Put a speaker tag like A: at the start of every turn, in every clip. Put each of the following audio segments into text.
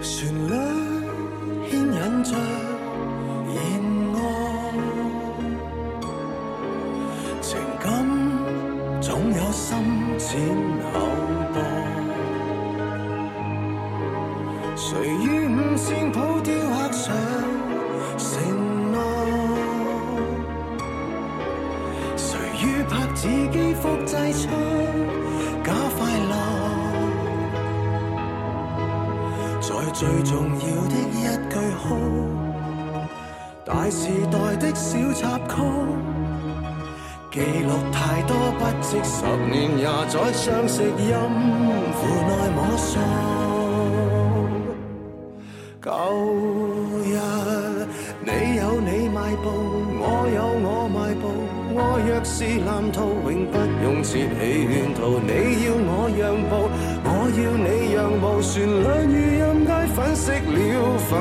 A: 旋律牽引着熱愛，情感總有深淺厚薄。誰於五線譜雕刻上承諾？誰於拍子機複製出假快樂？在最重要的一句好，大時代的小插曲，記錄太多不值十年也在相識音符內摸索。舊日你有你邁步，我有我邁步，我若是藍圖，永不用設起圈套。你要我讓步，我要你讓步，旋律與音階粉飾了憤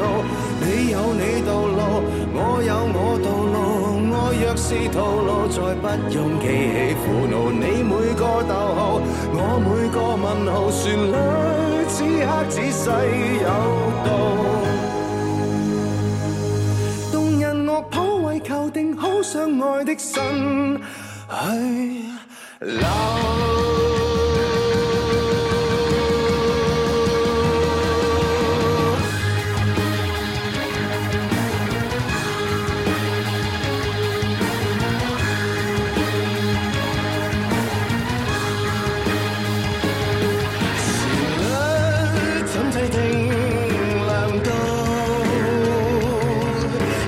A: 怒。你有你道路，我有我道路，我若是徒勞，再不用記起苦惱。你每個逗號，我每個問號，旋律此刻仔細有道。動人樂譜為求定好相愛的身去留。旋律怎制定量度？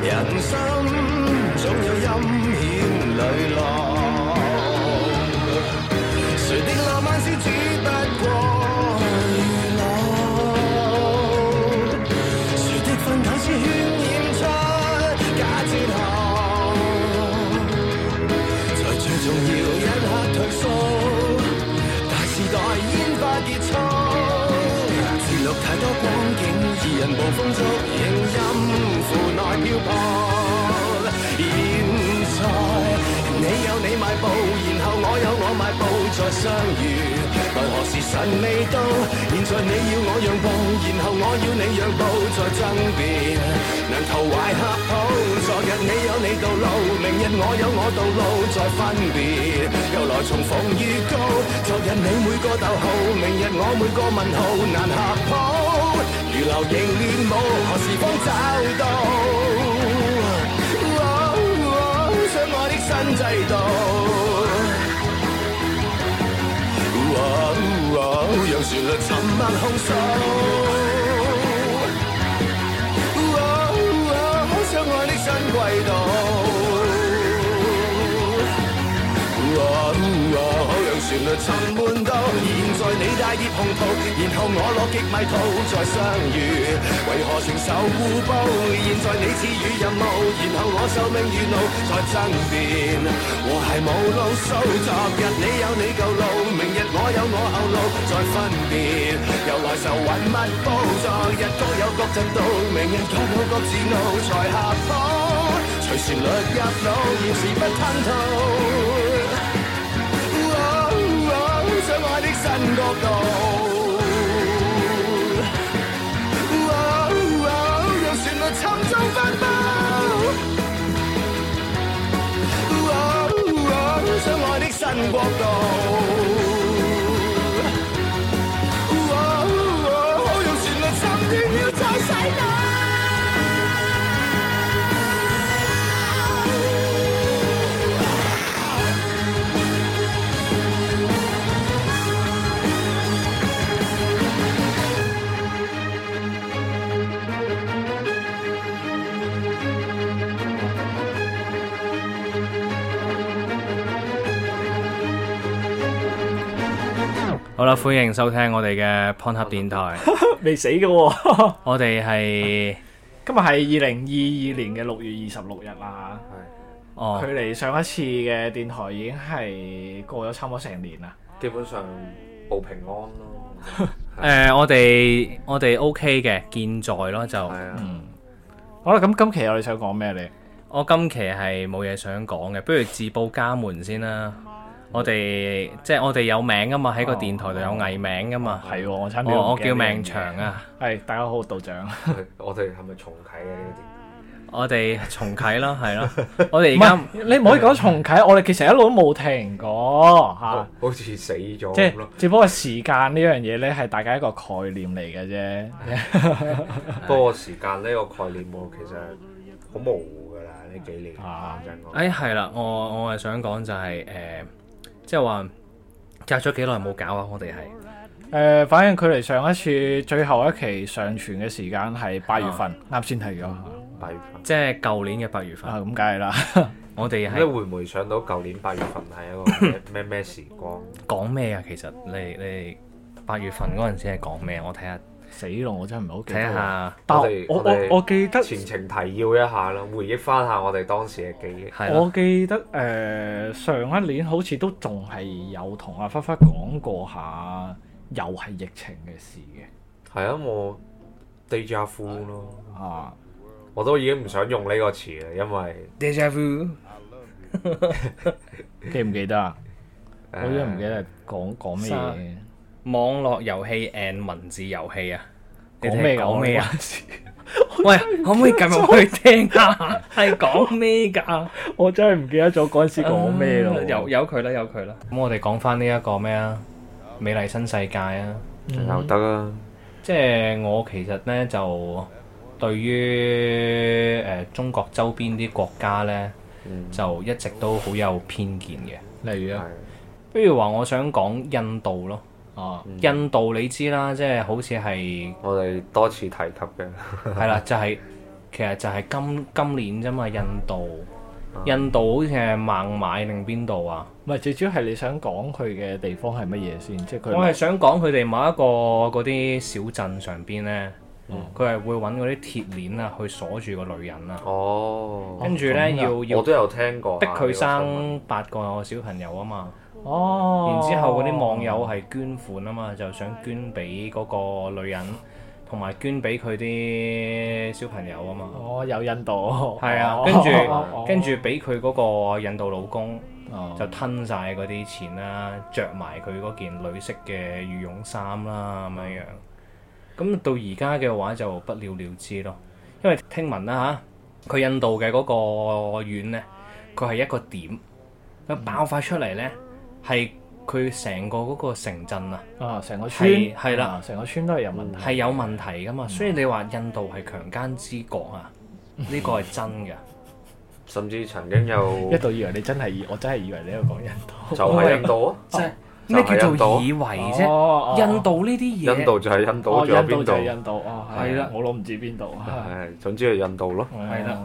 A: 人心總有陰險磊落。誰的浪漫笑只不過娛樂？誰的奮鬥是渲染出假哲學？在最重要一刻退縮，大時代煙花結束。記錄太多光景，二人捕風捉影，音符內漂泊。現在。你有你邁步，然後我有我邁步，再相遇，奈何時辰未到。現在你要我讓步，然後我要你讓步，再爭辯，難投懷合抱。昨日你有你道路，明日我有我道路，再分別，又來重逢預告。昨日你每個逗號，明日我每個問號，難合抱。如流形亂舞，何時方找到？相愛的新制度。讓旋律沉默控訴。相愛的新季度。讓旋律沉悶到，現在你大熱紅桃，然後我攞極米土再相遇，為何承受互報？現在你賜予任務，然後我受命與怒再爭辯，和諧冇路數。昨日你有你舊路，明日我有我後路再分別，又來仇恨密報。昨日各有各震怒，明日各有各自怒才合抱，隨旋律入腦，現時不吞吐。相愛的新角度。讓旋律沉重奔波。相愛的新國度。讓旋律沉澱了再洗腦。
B: 好啦，歡迎收聽我哋嘅 p o n h u b 電 台，
C: 未死嘅喎，
B: 我哋係
C: 今日係二零二二年嘅六月二十六日啦，距
B: 哦
C: 離上一次嘅電台已經係過咗差唔多成年啦。
D: 基本上報平安咯，
B: 誒、我哋我哋 OK 嘅，健在咯就。
D: 係啊，
C: 嗯，好啦，咁今期我哋想講咩咧？
B: 我今期係冇嘢想講嘅，不如自報家門先啦。我哋即係我哋有名噶嘛，喺個電台度有藝名噶嘛。
C: 係喎，我差啲
B: 哦我
C: 唔
B: 我
C: 記得
B: 叫
C: 呢樣
B: 命
C: 嘢
B: 長。啊！
C: 係大家好，道長。
D: 係我哋係咪重啟嘅呢
B: 我哋重啟啦，係啦，我哋
C: 唔
B: 而家
C: 係你唔可以講重啟，我哋其實一路都冇停過
D: 個節
C: 嚇
D: 目？，好似死咗
C: 即
D: 咁
C: 係
D: 咯。
C: 只不過時間呢樣嘢咧係大家一個概念嚟嘅 啫。
D: 不過時間呢個概念我其實好模糊㗎啦，呢幾年
C: 啊
D: 講真講。
B: 誒係啦，我我係想講就係、誒、即係話隔咗幾耐冇搞啊！我哋係
C: 誒、反正距離上一次最後一期上傳嘅時間係八月
B: 哦
C: 份，啱先睇咗啊，
D: 八月份，
B: 即係舊年嘅八月份，
C: 咁梗係啦。
B: 我哋
D: 咁你
B: 係
D: 會唔會想到舊年八月份係一個咩咩咩時光？
B: 講咩啊？其實你你八月份嗰陣時係講咩？我睇下
C: 死咯！我真係唔係好記得
B: 睇
C: 喎。
B: 下
C: 但
D: 我
C: 我
D: 哋
C: 我
D: 我哋
C: 我我記得
D: 前情提要一下啦，回憶翻下我哋當時嘅記憶。
B: 係啦
C: 我記得誒、上一年好似都仲係有同阿忽忽講過下，又係疫情嘅事
D: 係啊，我 deja vu 咯，
C: 嘅啊。
D: 我都已經唔想用呢個詞啦，因為
B: Deja Vu
C: 記唔記得啊？
D: 誒
C: 我都唔記得講講咩嘢，
B: 網絡遊戲 and 文字遊戲啊！你哋
C: 講
B: 係
C: 咩㗎
B: 講咩啊？喂，可唔可以撳入去聽下？ 係講咩㗎？
C: 我真係唔記得咗嗰陣時講咩咯
B: 啊。由由佢啦，由佢啦。咁我哋講翻呢一個咩啊？美麗新世界啊！
D: 又得啊，
B: 即係我其實呢，就對於誒、呃中國周邊啲國家呢，
D: 嗯，
B: 就一直都好有偏見嘅。
C: 例如啊，
D: 係
B: 不如話我想講印度咯，
C: 啊，
D: 嗯
B: 印度你知啦，即係好似 係
D: 我哋多次提及嘅，
B: 係啦，就係、其實就係今今年啫嘛，印度。
D: 啊
B: 印度好似係孟買定邊度啊？
C: 唔係最主要係你想講佢嘅地方係乜嘢先？即係佢
B: 我係想講佢哋某一個嗰啲小鎮上邊呢，
D: 嗯
B: 佢係會揾嗰啲鐵鏈啊去鎖住個女人啊，
D: 哦，
B: 跟住呢，
C: 咁㗎
B: 要
D: 我
B: 要
D: 都有聽過，啊
B: 逼佢生八個小朋友啊嘛，
C: 哦
B: 然，之後嗰啲網友係捐款啊嘛，就想捐俾嗰個女人，同埋捐俾佢啲小朋友啊嘛，
C: 哦有印度，
B: 係啊
C: 哦，
B: 跟住
C: 哦
B: 跟住俾佢嗰個印度老公
C: 哦
B: 就吞晒嗰啲錢啦，着埋佢嗰件女式嘅羽絨衫啦咁樣樣。咁到而家嘅話就不了了之咯，因為聽聞啦嚇，佢印度嘅嗰個縣呢，佢係一個點，佢爆發出嚟呢，係佢成個嗰個城鎮啊
C: 啊成個村
B: 係係啦
C: 啊成個村都係有問題，
B: 係有問題噶嘛，所以你話印度係強姦之國啊，呢個係真嘅。
D: 甚至曾經
B: 哦
D: 有
C: 一度以為你真係以我真係以為你喺度講印度，
D: 就係印度啊，
B: 即係
D: 就
B: 咩
D: 係
B: 叫
D: 印
B: 做
D: 度
B: 以為啫？
C: 哦
B: 印度呢啲嘢，
D: 印度就係印
C: 哦
D: 度，仲有
C: 印
D: 邊
C: 度就係
D: 度？
C: 印度哦，
B: 係啦
C: 我都唔知邊度，啊嗯
D: 係，總之係印度咯。
C: 係啦，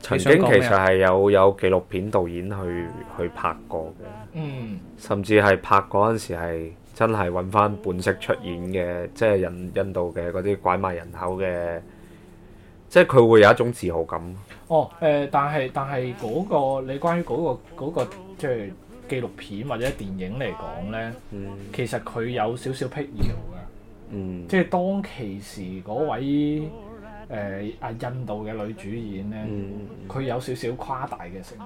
D: 曾經其
C: 啊
D: 實係有有紀錄片導演去去拍過嘅，
C: 嗯
D: 甚至係拍嗰陣時係真係揾翻本色出演嘅，即係印印度嘅嗰啲拐賣人口嘅，即係佢會有一種自豪感。
C: 哦誒，但係但係嗰個你關於嗰個嗰個即係紀錄片或者電影嚟講咧。
D: 嗯
C: 其實佢有少少辟謠嘅，
D: 嗯
C: 即係當其時嗰位誒啊、印度嘅女主演咧，
D: 嗯
C: 佢、有少少誇大嘅成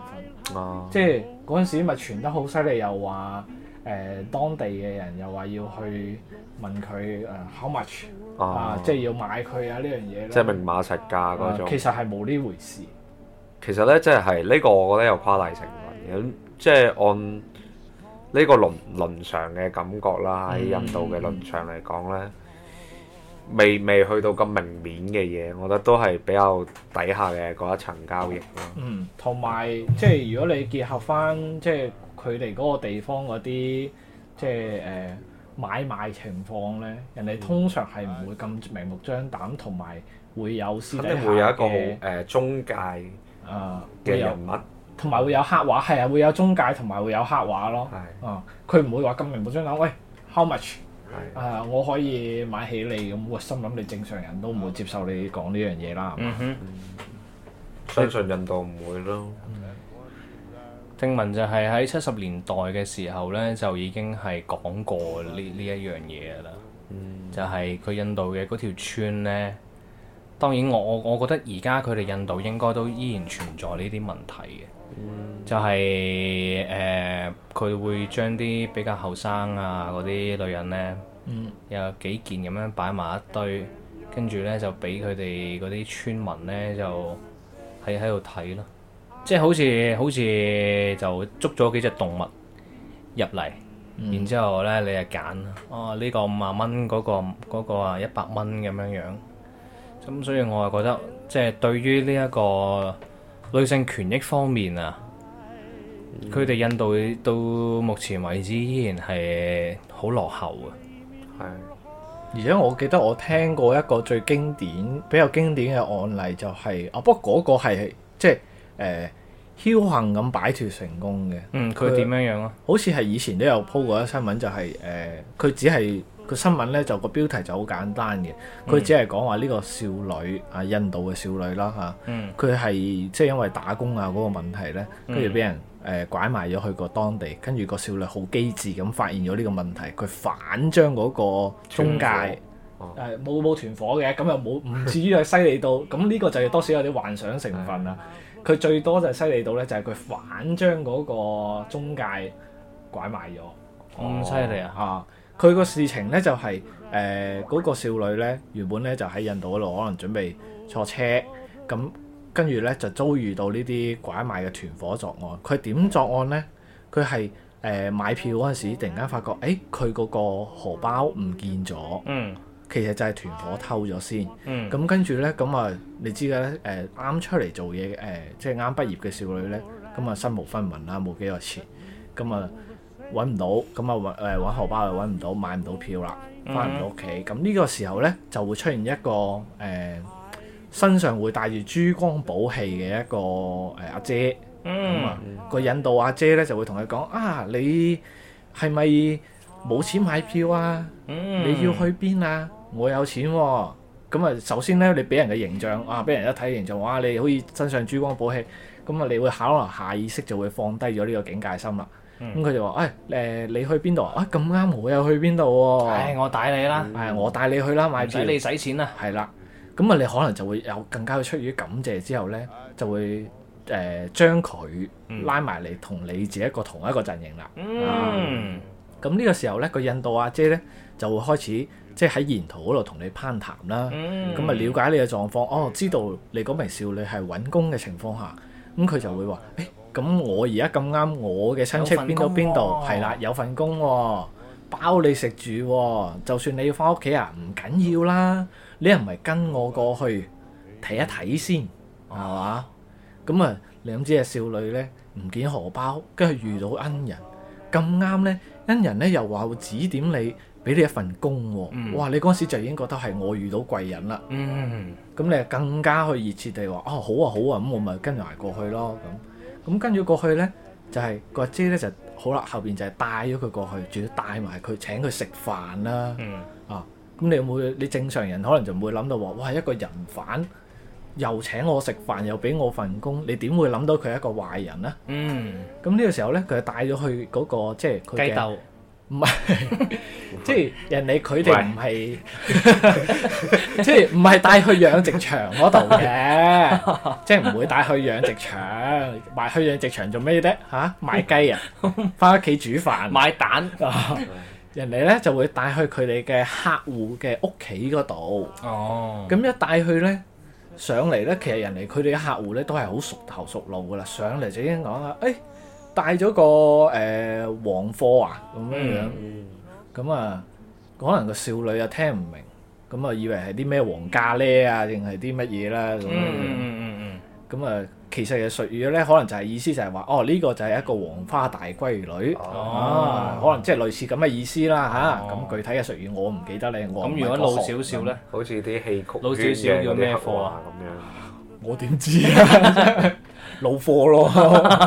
C: 分，
D: 啊，
C: 即係嗰陣時咪傳得好犀利，又話誒、當地嘅人又話要去問佢誒、how much 啊
D: 啊，，
C: 即係要買佢啊呢樣嘢啦
D: 即係明碼實價嗰
C: 啊
D: 種。
C: 其實係冇呢回事，
D: 其實咧，即係呢個，我覺得有誇大成分嘅，即係按呢個倫倫常嘅感覺啦，
B: 嗯
D: 喺印度嘅倫常嚟講咧，未未去到咁明面嘅嘢，我覺得都係比較底下嘅嗰一層交易咯。
C: 嗯，同埋即係如果你結合翻即係佢哋嗰個地方嗰啲即係誒、呃、買賣情況咧，人
D: 嗯
C: 哋通常係唔會咁明目張膽，同埋會有私
D: 肯
C: 底
D: 定
C: 下
D: 會有一個好
C: 嘅
D: 誒中介
C: 啊，
D: 嘅
C: 會有
D: 人物，
C: 同埋會有黑畫，係啊，會有中介同埋會有黑畫咯。
D: 係
C: 啊，佢唔會話咁明目張膽，喂，how much？
D: 係
C: 啊，我可以買起你咁，我心諗你正常人都唔會接受你講呢樣嘢啦。
B: 嗯哼。
D: 相信印度唔會咯。
B: 聽聞就係喺七十年代嘅時候呢，就已經係講過呢呢一樣嘢啦。
D: 嗯
B: 就係佢印度嘅嗰條村呢，當然我我我覺得而家佢哋印度應該都依然存在呢啲問題嘅。
D: 嗯
B: 就係誒佢會將啲比較後生啊嗰啲女人咧，
C: 嗯
B: 有幾件咁樣擺埋一堆，跟住咧就俾佢哋嗰啲村民咧就喺喺度睇咯，即係好似好似就捉咗幾隻動物入嚟。然之後咧，你就揀哦，呢、個五啊蚊，嗰個嗰個啊一百蚊咁樣樣。咁所以我係覺得，即係對於呢一個女性權益方面啊，佢哋印度到目前為止依然係好落後
D: 係
C: 而且我記得我聽過一個最經典、比較經典嘅案例就係、啊，不過嗰個係即係誒僥倖咁擺脫成功嘅，
B: 嗯，佢
C: 佢
B: 點樣樣啊？
C: 好似係以前都有鋪過一新聞、就係誒佢只係個新聞咧就個標題就好簡單嘅，佢只係講話呢個少女啊，印度嘅少女啦嚇。
B: 嗯
C: 佢係即係因為打工啊嗰個問題咧，跟住俾人誒、呃拐賣咗去個當地，跟住個少女好機智咁發現咗呢個問題，佢反將嗰個中介
D: 團
C: 誒
D: 伙哦
C: 冇冇團伙嘅，咁又冇唔至於係犀利到，咁呢個就多少有啲幻想成分啦。佢最多就係犀利到咧，就係佢反將嗰個中介拐賣咗。
B: 咁犀利啊！
C: 啊！佢個事情咧就係誒嗰個少女咧，原本咧就喺印度嗰度可能準備坐車，咁跟住咧就遭遇到呢啲拐賣嘅團伙作案。佢點作案咧？佢係誒買票嗰陣時，突然間發覺，誒佢嗰個荷包唔見咗，
B: 嗯
C: 其實就係團伙偷咗先。
B: 嗯
C: 咁跟住咧，咁啊，你知嘅咧，誒啱出嚟做嘢嘅，誒即係啱畢業嘅少女咧，咁啊身無分文啦，冇幾多錢，咁啊揾唔到，咁啊揾誒揾荷包又揾唔到，買唔到票啦，
B: 嗯
C: 翻唔到屋企，咁呢個時候咧就會出現一個誒、身上會帶住珠光寶氣嘅一個誒阿姐。咁啊
B: 嗯，
C: 個引導阿姐咧就會同佢講啊，你係咪冇錢買票啊？
B: 嗯
C: 你要去邊啊？我有錢喎、咁啊，首先咧，你俾人嘅形象啊，俾人一睇形象，哇！你好似身上珠光寶氣，咁啊，你會可能下意識就會放低咗呢個警戒心啦。
B: 嗯
C: 咁佢、就話：，誒、哎誒，你去邊度啊？啊，咁啱我又去邊度
B: 唉，
C: 喎？
B: 我帶你啦，
C: 係，啊我帶你去啦，買
B: 唔
C: 票
B: 使。你使錢啦。
C: 係啦，咁啊，你可能就會有更加出於感謝之後咧，就會誒將佢拉埋嚟同你自己一個同一個陣營啦。
B: 嗯
C: 咁呢個時候咧，個印度阿姐咧就會開始即係喺沿途嗰度同你攀談啦。
B: 嗯
C: 咁啊，了解你嘅狀況，哦，知道你嗰名少女係揾工嘅情況下，咁佢就會話：，誒、咁我而家咁啱，我嘅親戚
B: 有份
C: 邊度邊
B: 工
C: 度，
B: 喎
C: 係啦，有份工喎、包你食住喎、就算你要翻屋企啊，唔緊要啦，你又唔係跟我過去睇一睇先，係嘛？咁啊，你諗知嘅少女咧唔見荷包，跟住遇到恩人，咁啱咧，恩人咧又話會指點你，俾你一份工喎、
B: 嗯
C: 哇！你嗰時就已經覺得係我遇到貴人啦。
B: 嗯
C: 咁你就更加去熱切地話哦好啊好啊，咁我咪跟埋過去咯咁。咁跟住過去咧，就係、個阿姐咧就好啦，後邊就係帶咗佢過去，仲要帶埋佢請佢食飯啦。
B: 嗯
C: 啊，咁你會你正常人可能就唔會諗到話，哇一個人販又請我食飯又俾我份工，你點會諗到佢係一個壞人呢？
B: 嗯，
C: 咁呢個時候咧，佢就帶咗去嗰、個即係佢
B: 雞
C: 嘅
B: 竇。
C: 唔係，即係人哋佢哋唔係， 即係唔係帶去養殖場嗰度嘅，即係唔會帶去養殖場，賣去養殖場做咩啫？吓、買雞啊，翻屋企煮飯。
B: 買蛋
C: 啊 人哋咧就會帶去佢哋嘅客户嘅屋企嗰度，
B: 哦，
C: 咁一帶去咧上嚟咧，其實人哋佢哋嘅客户咧都係好熟頭熟路噶啦，上嚟就已經講啦，誒、帶咗個誒、呃黃貨啊咁樣樣。咁啊，可能個少女又聽唔明，咁啊以為係啲咩黃咖喱啊，定係啲乜嘢啦咁
B: 嗯 ừ,
C: 樣。
B: 嗯嗯
C: 咁啊，其實嘅術語咧，可能就係意思就係話，哦呢、個就係一個黃花大閨女。
B: 嗯，
C: 啊，可能即係類似咁嘅意思啦吓，咁、
B: 哦
C: 具體嘅術語我唔記得咧，我唔
B: 咁
C: 係
B: 如果
C: 嗰
B: 老
C: 行
B: 少少咧，
D: 好似啲戲曲
B: 老少
D: 圈
B: 少
D: 嘅
B: 叫
D: 嗰
B: 咩
D: 啲
B: 貨
D: 黑
B: 啊
D: 話咁樣，
C: 我點知啊？老貨 咯，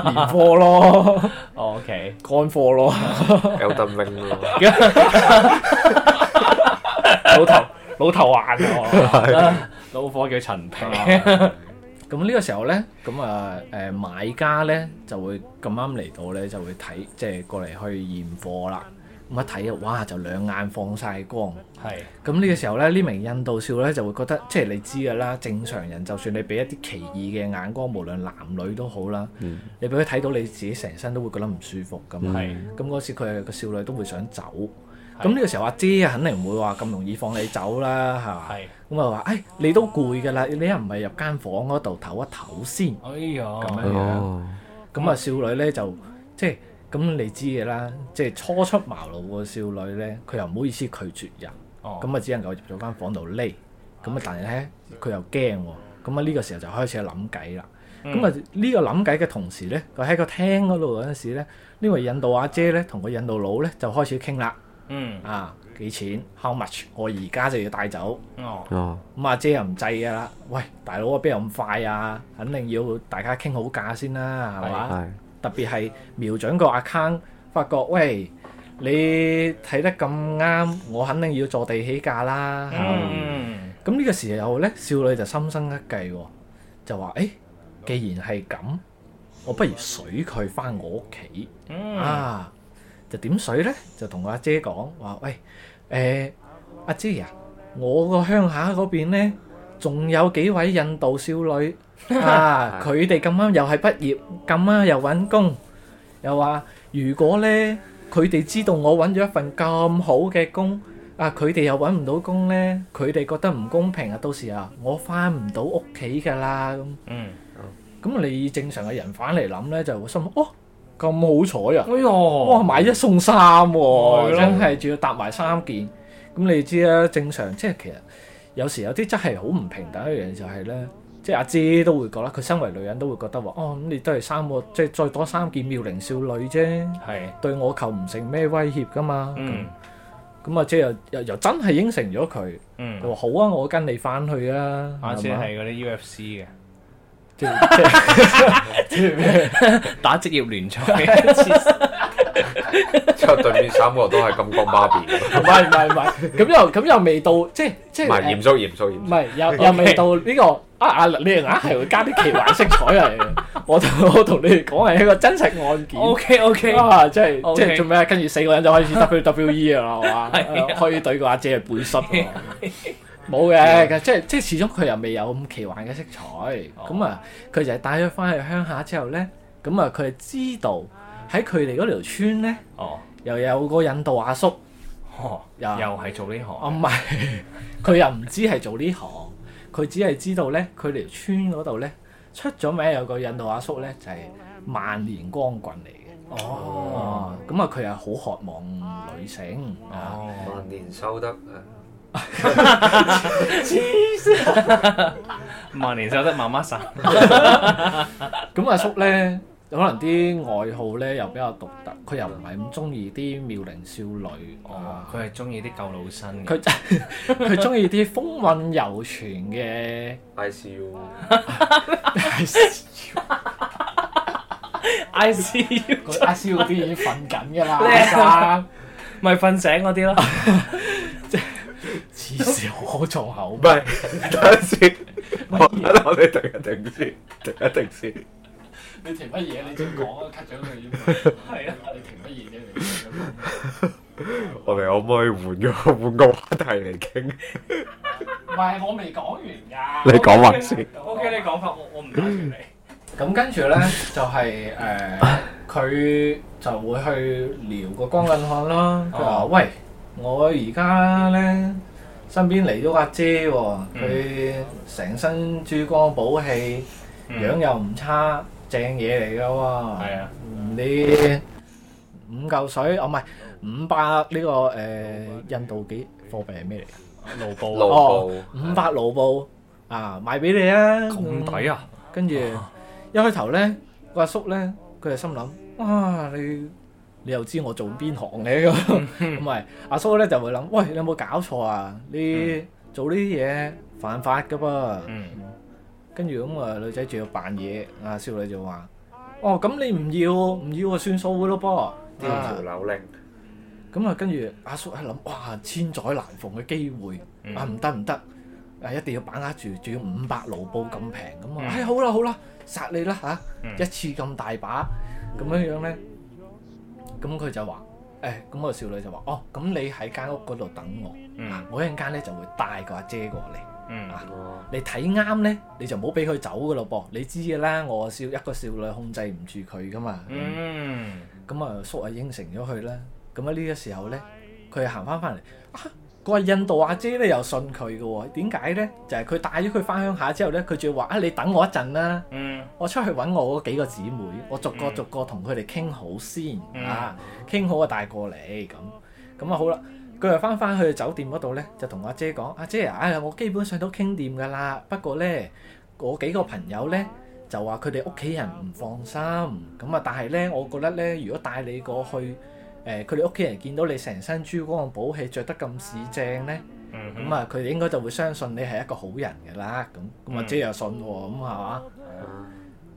C: 年貨咯，
B: 哦，OK，
C: 乾貨咯，
D: 有得拎咯。
C: 老頭 老頭眼啊！
B: 老火叫陳皮，
C: 咁呢個時候咧，咁啊誒買家咧就會咁啱嚟到咧，就會睇即係過嚟去驗貨啦。咁一睇啊，哇就兩眼放晒光。
B: 係
C: 咁呢個時候咧，呢名印度少咧就會覺得，即係你知㗎啦，正常人就算你俾一啲奇異嘅眼光，無論男女都好啦，你俾佢睇到你自己成身都會覺得唔舒服咁。
B: 嗯係
C: 咁嗰時佢係個少女都會想走。咁呢個時候阿姐啊肯定唔會話咁容易放你走啦，係嘛？
B: 係，
C: 咁啊話，誒、你都攰㗎啦，你又唔係入間房嗰度唞一唞先。
B: 哎呀，
C: 咁樣
D: 哦，
C: 咁啊，少女咧就即係咁你知嘅啦，即係初出茅廬嘅少女咧，佢又唔好意思拒絕人，
B: 哦，
C: 咁啊只能夠入咗間房度匿。咁啊，但係咧佢又驚喎，咁啊呢個時候就開始諗計啦。
B: 嗯
C: 咁啊呢個諗計嘅同時咧，佢喺個廳嗰度嗰陣時咧，呢位印度阿姐咧同個印度佬咧就開始傾啦。
B: 嗯，
C: 啊，幾錢？How much？我而家就要帶走。
B: 哦，
D: 哦，
C: 咁阿姐又唔制㗎啦，喂，大佬啊，邊有咁快啊？肯定要大家傾好價先啦，係嘛？
D: 係，
C: 特別係瞄準個 account，發覺喂，你睇得咁啱，我肯定要坐地起價啦。係嘛
B: 嗯，
C: 咁呢、個時候咧，少女就心生一計喎，就話：誒、既然係咁，我不如水佢翻我屋企。
B: 嗯，
C: 啊，就點水咧？就同個阿姐講話，喂，誒、阿姐啊，我個鄉下嗰邊咧，仲有幾位印度少女啊，佢哋咁啱又係畢業，咁啱又揾工，又話如果咧佢哋知道我揾咗一份咁好嘅工。啊！佢哋又揾唔到工咧，佢哋覺得唔公平啊！到時啊，我翻唔到屋企㗎啦咁。
B: 嗯，
C: 咁你正常嘅人反嚟諗咧，就會心諗哦咁好彩啊！
B: 哎呀，
C: 哇！買一送三喎、
B: 係咯
C: 真係仲要搭埋三件。咁你知啦，正常即係其實有時有啲真係好唔平等一樣嘢就係咧，即係阿姐都會覺得佢身為女人都會覺得話，哦咁你都係三個，即係再多三件妙齡少女啫，
B: 係，
C: 對我構唔成咩威脅噶嘛。
B: 嗯，
C: 咁阿姐又又又真係應承咗佢，
B: 嗯
C: 佢。話好啊，我跟你翻去啊。
B: 阿姐
C: 嘛
B: 係嗰啲 UFC
C: 即係即係
B: 嘅，打職業 聯賽，黐
D: 之後對面三個都係金剛 芭比，
C: 唔係唔係唔 係，咁又咁又未到，即係即
D: 唔
C: 係
D: 係
C: 誒
D: 嚴肅嚴肅
C: 唔
D: 嚴肅，
C: 係，又又未到呢個啊啊！你哋硬係會加啲奇幻色彩嚟嘅。我同我同你哋講係一個真實案件。
B: OK OK，
C: 啊！即係
B: OK
C: 即係做咩？跟住四個人就 開始 WWE 啦，啊 係嘛
B: 係？
C: 可以對個阿姐嘅背濕喎。 冇嘅，即係啊即係始終佢又未有咁奇幻嘅色彩。咁啊，佢就係帶咗翻去鄉下之後咧，咁啊，佢係知道喺佢哋嗰條村咧，
B: 哦，
C: 又有個印度阿叔。
B: 哦又
C: 又
B: 係做呢
C: 啊
B: 行，
C: 唔係，佢又唔知係做呢行，佢只係知道咧，佢條村嗰度咧出咗名有個印度阿叔咧就係、萬年光棍嚟嘅。
B: 哦，
C: 哦，咁啊，佢係好渴望女性啊，
B: 哦，
D: 萬年收得，
B: 萬年收得媽媽散，
C: 咁阿叔咧可能啲愛好咧又比較獨特，佢又唔係咁中意啲妙齡少女，
B: 哦
C: 啊，
B: 佢係中意啲舊老身嘅，
C: 佢 佢中意啲風韻猶存嘅。
D: ICU
B: I C U，
C: 佢阿蕭嗰啲已經瞓緊㗎啦，
B: 啊
C: 阿生
B: 咪瞓醒嗰啲咯，
C: 黐線可重口
D: 唔係，等陣 先，我我哋停一停先，停一停先。
C: 你停乜嘢？你先講啊，cut 咗佢啫嘛。
B: 係啊，
C: 你停乜嘢啫？你停乜嘢
D: 我哋可唔可以換個 換個話題嚟傾？
C: 唔係，我未講完㗎。
D: 你講話先。
B: OK，你講法我我唔打斷你，
C: 咁跟住咧， 就係誒，佢就會去撩個光棍漢啦。佢話：
B: 哦
C: 喂，我而家咧身邊嚟咗個阿姐喎，
B: 嗯
C: 佢成身珠光寶氣，樣又唔差，正嘢嚟㗎喎。
B: 嗯係啊，
C: 你五嚿水，哦唔係五百呢個誒印度幾貨幣係咩嚟㗎？
B: 路布
D: 路
C: 哦
D: 布，
C: 五百盧布啊，賣俾你啊！
B: 咁抵啊，
C: 跟住一開頭咧，個阿叔咧，佢就心諗：哇，你你又知我做邊行嘅咁？
B: 嗯
C: 咁咪阿叔咧就會諗：喂，你有冇搞錯啊？你做呢啲嘢犯法噶噃。
B: 嗯，
C: 跟住咁啊，女仔仲要扮嘢，阿少女就話：哦，咁你唔要唔要啊，算數嘅咯噃。
D: 呢條
C: 啊
D: 扭令，
C: 咁啊，跟住阿叔喺度諗，哇，千載難逢嘅機會，啊唔得唔得，啊一定要把握住，仲要五百盧布咁平咁啊！
B: 嗯
C: 哎好啦好啦，殺你啦嚇，
B: 嗯
C: 一次咁大把咁樣樣咧，咁佢就話：咁個少女就話：哦，咁你喺間屋嗰度等我，
B: 嗯
C: 啊我一陣間咧就會帶個阿姐過嚟。
B: 嗯
C: 啊
D: 哦
C: 你睇啱咧，你就唔好俾佢走噶咯噃。你知嘅啦，我少一個少女控制唔住佢噶嘛。
B: 嗯
C: 咁啊，叔啊應承咗佢啦。咁啊呢個時候咧，佢行翻翻嚟啊，個印度阿姐咧又信佢嘅喎。點解咧？就係佢帶咗佢翻鄉下之後咧，佢仲要話啊，你等我一陣啦，
B: 嗯
C: 我出去揾我嗰幾個姊妹，我逐個
B: 嗯
C: 逐個同佢哋傾好先
B: 嗯
C: 啊，傾好啊帶過嚟咁。咁啊好啦。佢又翻翻去酒店嗰度咧，就同阿姐講：阿姐啊，哎我基本上都傾掂噶啦，不過咧，我幾個朋友咧就話佢哋屋企人唔放心，咁啊，但係咧，我覺得咧，如果帶你過去，誒佢哋屋企人見到你成身珠光寶氣，着得咁市正咧，
B: 嗯
C: 咁啊，佢哋應該就會相信你係一個好人㗎啦。咁咁阿
B: 嗯
C: 姐又信喎，咁啊係嘛？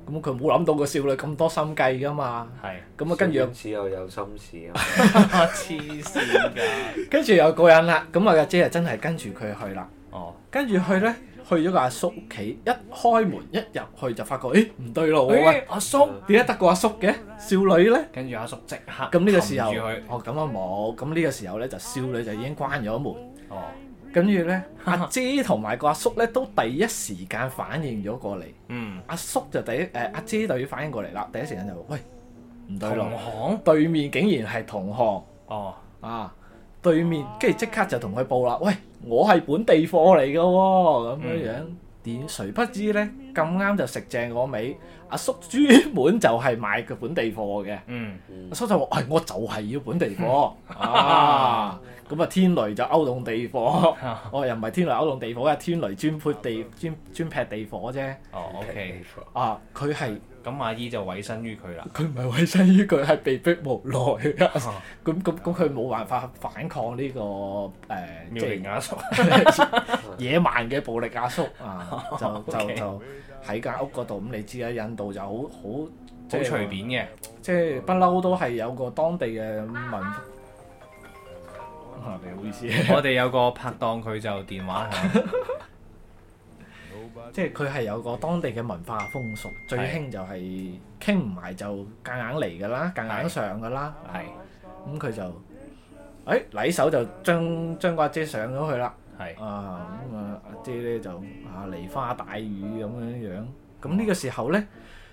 C: 咁佢冇諗到個少女咁多心計㗎嘛。
B: 係
C: 咁啊，跟住
D: 小丸子又有心 事啊嘛，
B: 黐線㗎。
C: 跟住又過癮啦。咁啊，阿姐啊真係跟住佢去啦。
B: 哦，
C: 跟住去咧，去咗個阿叔屋企，一開門一入去就發覺，咦唔對路喎！喂
B: 喂，阿叔，
C: 點解得個阿叔嘅少女咧？
B: 跟住阿叔即刻
C: 咁呢個時候
B: 擒住佢，
C: 哦咁啊冇，咁呢個時候咧就少女就已經關咗門，
B: 哦，
C: 跟住咧阿姐同埋個阿叔咧都第一時間反應咗過嚟，
B: 嗯，
C: 阿叔就第一誒、阿姐就要反應過嚟啦，第一時間就話喂唔對路
B: 同，行，
C: 對面竟然係同行
B: 哦，
C: 啊！對面跟住即刻就同佢報啦，喂我係本地貨嚟嘅喎，咁樣樣點誰不知咧咁啱就食正我尾，阿叔專門就係買佢本地貨嘅。
B: 嗯，
D: 嗯
C: 阿叔就話：，哎，我就係要本地貨啊！咁啊，天雷就勾 動地火，我又唔係天雷勾動地火嘅，天雷專潑地專專劈地火啫。
B: 哦，OK，
C: 啊，佢係
B: 咁阿姨就委身於佢啦。
C: 佢唔係委身於佢係被逼無奈嘅，咁咁咁佢冇辦法反抗呢、個誒、即
B: 妙齡
C: 係
B: 阿叔，
C: 野蠻嘅暴力阿叔啊！就就
B: OK
C: 就喺間屋嗰度，咁你知啦，印度就好好
B: 好隨，便嘅。
C: 即係不嬲都係有個當地嘅文化。啊，你好意思。
B: 我哋有個拍檔，佢就電話 響。
C: 即係佢係有個當地嘅文化風俗，最興就係傾唔埋就夾硬嚟㗎啦，夾硬上㗎啦。
B: 係
C: 咁佢就誒禮手就將將個阿姐上咗去啦。
B: 係
C: 啊咁啊，阿姐咧就啊梨花帶雨咁樣樣。咁呢個時候咧，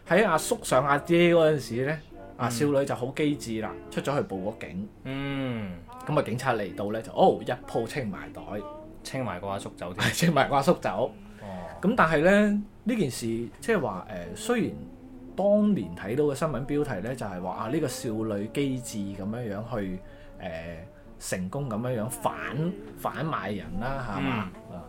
C: 喺阿叔上阿姐嗰陣時咧，阿少女就好機智啦，出咗去報咗警。
B: 嗯，
C: 咁啊，警察嚟到咧就哦一鋪清埋袋，
B: 清埋個阿叔走添。
C: 清埋個阿叔走。
B: 哦，
C: 咁但係咧呢件事即係話誒，雖然當年睇到嘅新聞標題咧就係話啊呢、個少女機智咁樣樣去誒、呃成功咁樣樣反反賣人啦，係嘛啊？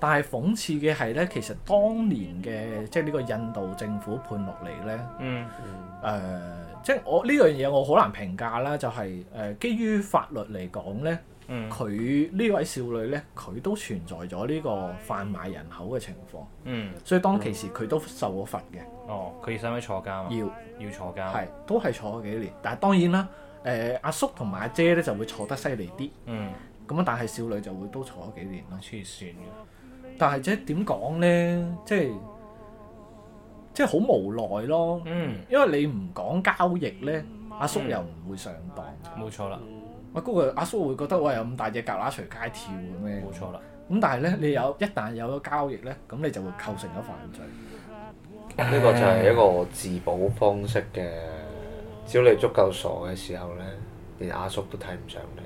C: 但係諷刺嘅係咧，其實當年嘅即係呢個印度政府判落嚟咧，誒、
B: 嗯
C: 即係我呢樣嘢我好難評價啦，就係、呃基於法律嚟講咧，
B: 嗯
C: 佢呢位少女咧，佢都存在咗呢個販賣人口嘅情況。
B: 嗯，
C: 所以當其時佢都受過罰嘅，
B: 哦，佢使唔使坐監啊？
C: 要
B: 要坐監。
C: 係都係坐咗幾年。但係當然啦，誒、阿叔同埋阿姐咧就會坐得犀利啲，
B: 嗯，
C: 咁啊但係少女就會都坐咗幾年咯。
B: 黐線嘅。
C: 但係即係點講咧，即係即係好無奈咯，
B: 嗯，
C: 因為你唔講交易咧，阿叔又唔會上當。
B: 冇錯啦，
C: 喂，嗰個阿叔會覺得喂有咁大隻蛤乸隨街跳嘅咩？
B: 冇錯啦。
C: 咁但係咧，你有一旦有咗交易咧，咁你就會構成咗犯罪。
D: 呢個就係一個自保方式嘅，只要你足夠傻嘅時候咧，連阿叔都睇唔上你。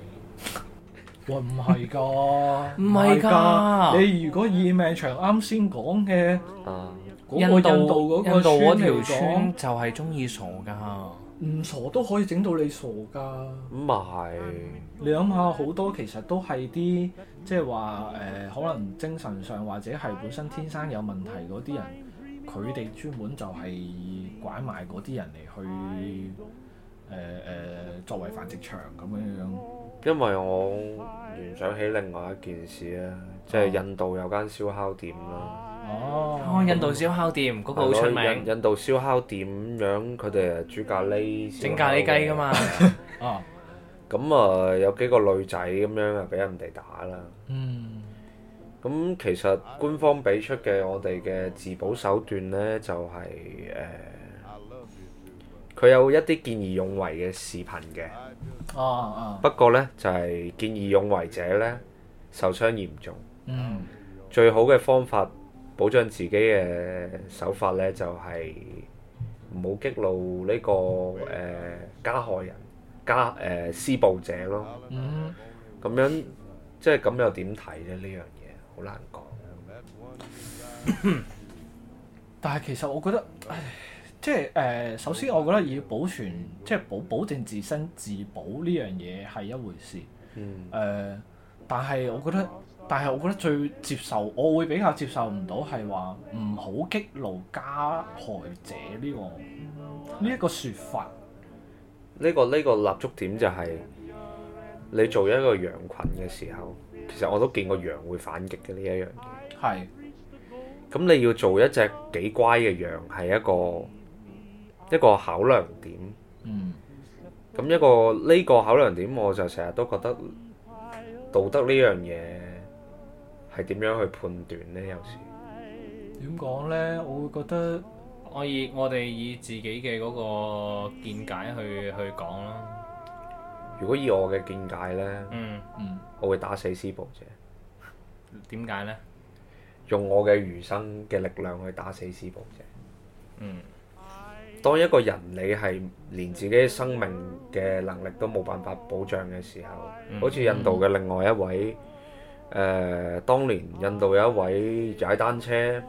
C: 喂，唔係㗎，唔
B: 係㗎
C: 你如果以命長啱先講嘅
D: 啊，
C: 嗰個印度嗰個
B: 印度嗰
C: 條
B: 條
C: 村
B: 村就係中意傻噶。
C: 嚟講，唔傻都可以整到你傻㗎。
D: 咁咪係
C: 你諗下，好多其實都係啲即係話誒，可能精神上或者係本身天生有問題嗰啲人，佢哋專門就係拐賣嗰啲人嚟去誒誒、呃作為繁殖場咁樣樣。
D: 因為我聯想起另外一件事啊，即係印度有間燒烤店啦，
B: 哦，
C: 哦，
B: 印度燒烤店嗰個好
D: 係
B: 出
D: 咯印
B: 名，
D: 印度燒烤店咁樣，佢哋係煮咖喱燒
B: 整咖喱
D: 烤嘅
B: 雞噶嘛。
C: 啊，
D: 咁啊，有幾個女仔咁樣啊，俾人哋打啦。
C: 嗯，
D: 咁其實官方俾出嘅我哋嘅自保手段呢，就係、誒，佢、呃佢有一啲見義勇為嘅視頻嘅，
C: 啊啊，
D: 不過呢，就係、見義勇為者呢，受傷嚴重，
C: 嗯
D: 最好嘅方法保障自己嘅手法呢，就係唔好激怒呢、個誒、呃加害人、加誒、呃施暴者咯。
C: 嗯，
D: 咁樣即係咁又點睇咧？呢樣嘢好難講。
C: 但係其實我覺得，唉即係誒、呃首先我覺得要保存，即係保保證自身自保呢樣嘢係一回事。
D: 嗯
C: 誒、但係我覺得，但係我覺得最接受，我會比較接受唔到係話唔好激怒加害者呢、個呢一、個説法。
D: 呢、個呢、個立足點就係、你做一個羊群嘅時候，其實我都見過羊會反擊嘅呢一樣嘢。
C: 係
D: 咁你要做一隻幾乖嘅羊，係一個一個考量點。
C: 嗯
D: 咁一個呢、個考量點，我就成日都覺得道德呢樣嘢係點樣去判斷呢？有時
C: 點講咧，我會覺得
B: 我以我哋以自己嘅嗰個見解去去講啦。
D: 如果以我嘅見解呢，
B: 嗯，
C: 嗯
D: 我會打死施暴者。
B: 點解呢？
D: 用我嘅餘生嘅力量去打死施暴者。
B: 嗯，
D: 當一個人你係連自己生命嘅能力都冇辦法保障嘅時候，
B: 嗯
D: 好似印度嘅另外一位誒、呃，當年印度有一位踩單車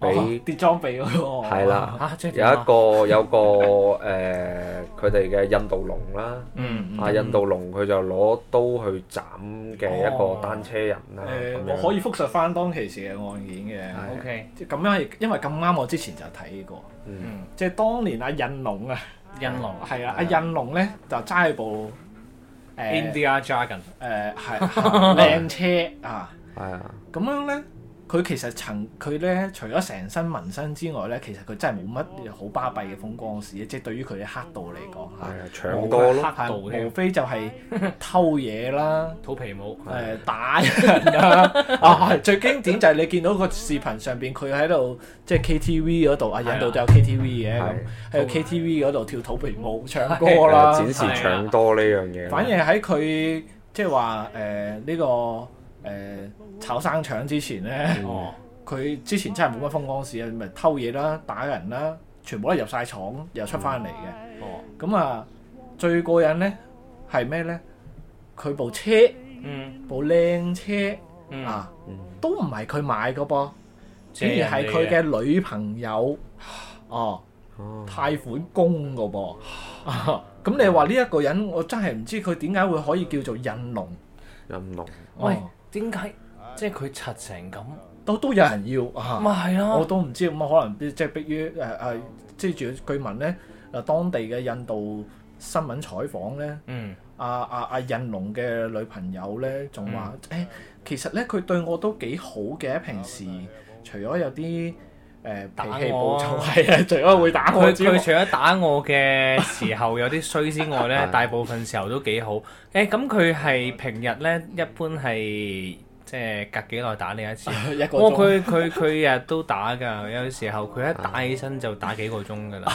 C: 哦
D: 俾
C: 跌裝備嗰
B: 哦
C: 個
D: 係啦，
B: 嚇即係
D: 有
B: 點啊
D: 一個有個 誒，佢哋嘅印度龍啦。
B: 嗯，
D: 啊！印度龍佢就攞刀去斬嘅一個單車人啦，
C: 誒、
D: 咁樣
C: 我可以複述翻當其時嘅案件嘅。
D: 係
B: OK，
C: 即係咁樣係因為咁啱，我之前就睇過，
D: 嗯
B: 嗯，
C: 即係當年阿印龍啊，
B: 印龍
C: 係啊，阿印龍咧就揸起部誒
B: India Dragon，
C: 誒係係靚車啊，
D: 係啊，
C: 咁樣咧，佢其實曾佢咧除咗成身紋身之外咧，其實佢真係冇乜好巴閉嘅風光事，即係對於佢哋黑道嚟講
D: 係
C: 嚇
D: 啊，搶多
B: 黑
D: 咯，
B: 道
C: 係，
B: 添
C: 無非就係偷嘢啦。
B: 肚皮舞，
C: 誒、打人 啦、啊，係最經典就係你見到個視頻上邊佢喺度即係 KTV 嗰度啊，
B: 係啊
C: 印度都有 KTV 嘅咁
D: 係，
C: 喺個 KTV 嗰度跳肚皮舞、唱歌啦，啊
D: 展示搶多呢樣嘢。
C: 反而喺佢即係話誒呢個誒、炒生腸之前咧，
B: 哦，
C: 佢之前真係冇乜風光事啊，咪偷嘢啦、打人啦，全部都入晒廠又出翻嚟嘅。
B: 哦，
C: 咁啊，最過癮咧係咩咧？佢部車
B: 嗯
C: 部靚車
B: 嗯，
C: 啊！
D: 嗯
C: 都唔係佢買嘅噃，
B: 借
C: 竟
B: 人哋
C: 然係佢嘅女朋友哦
D: 哦
C: 貸款供嘅噃。啊咁你話呢一個人，我真係唔知佢點解會可以叫做印龍，
D: 印龍
B: 喂
C: 哦，
B: 點解即係佢柒成咁？
C: 都都有人要
B: 咪
C: 啊！
B: 係咯，
C: 我都唔知咁啊，可能即係迫於誒誒，即係住據聞咧，誒當地嘅印度新聞採訪咧。
B: 嗯
C: 阿阿阿啊印龍嘅女朋友咧，仲話誒，其實咧佢對我都幾好嘅，平時除咗有啲誒、呃脾
B: 打
C: 氣暴
B: 我
C: 躁， 係啊，除咗會打我
B: 佢
C: 之外
B: 佢，除咗打我嘅時候有啲衰之外咧，
D: 係
B: 大部分時候都幾好。誒咁佢係平日咧，一般係即係隔幾耐打你一次。
C: 一個
B: 哇！
C: 鐘
B: 哦佢佢佢日都打㗎，有時候佢一打起身就打幾個鐘 㗎啦。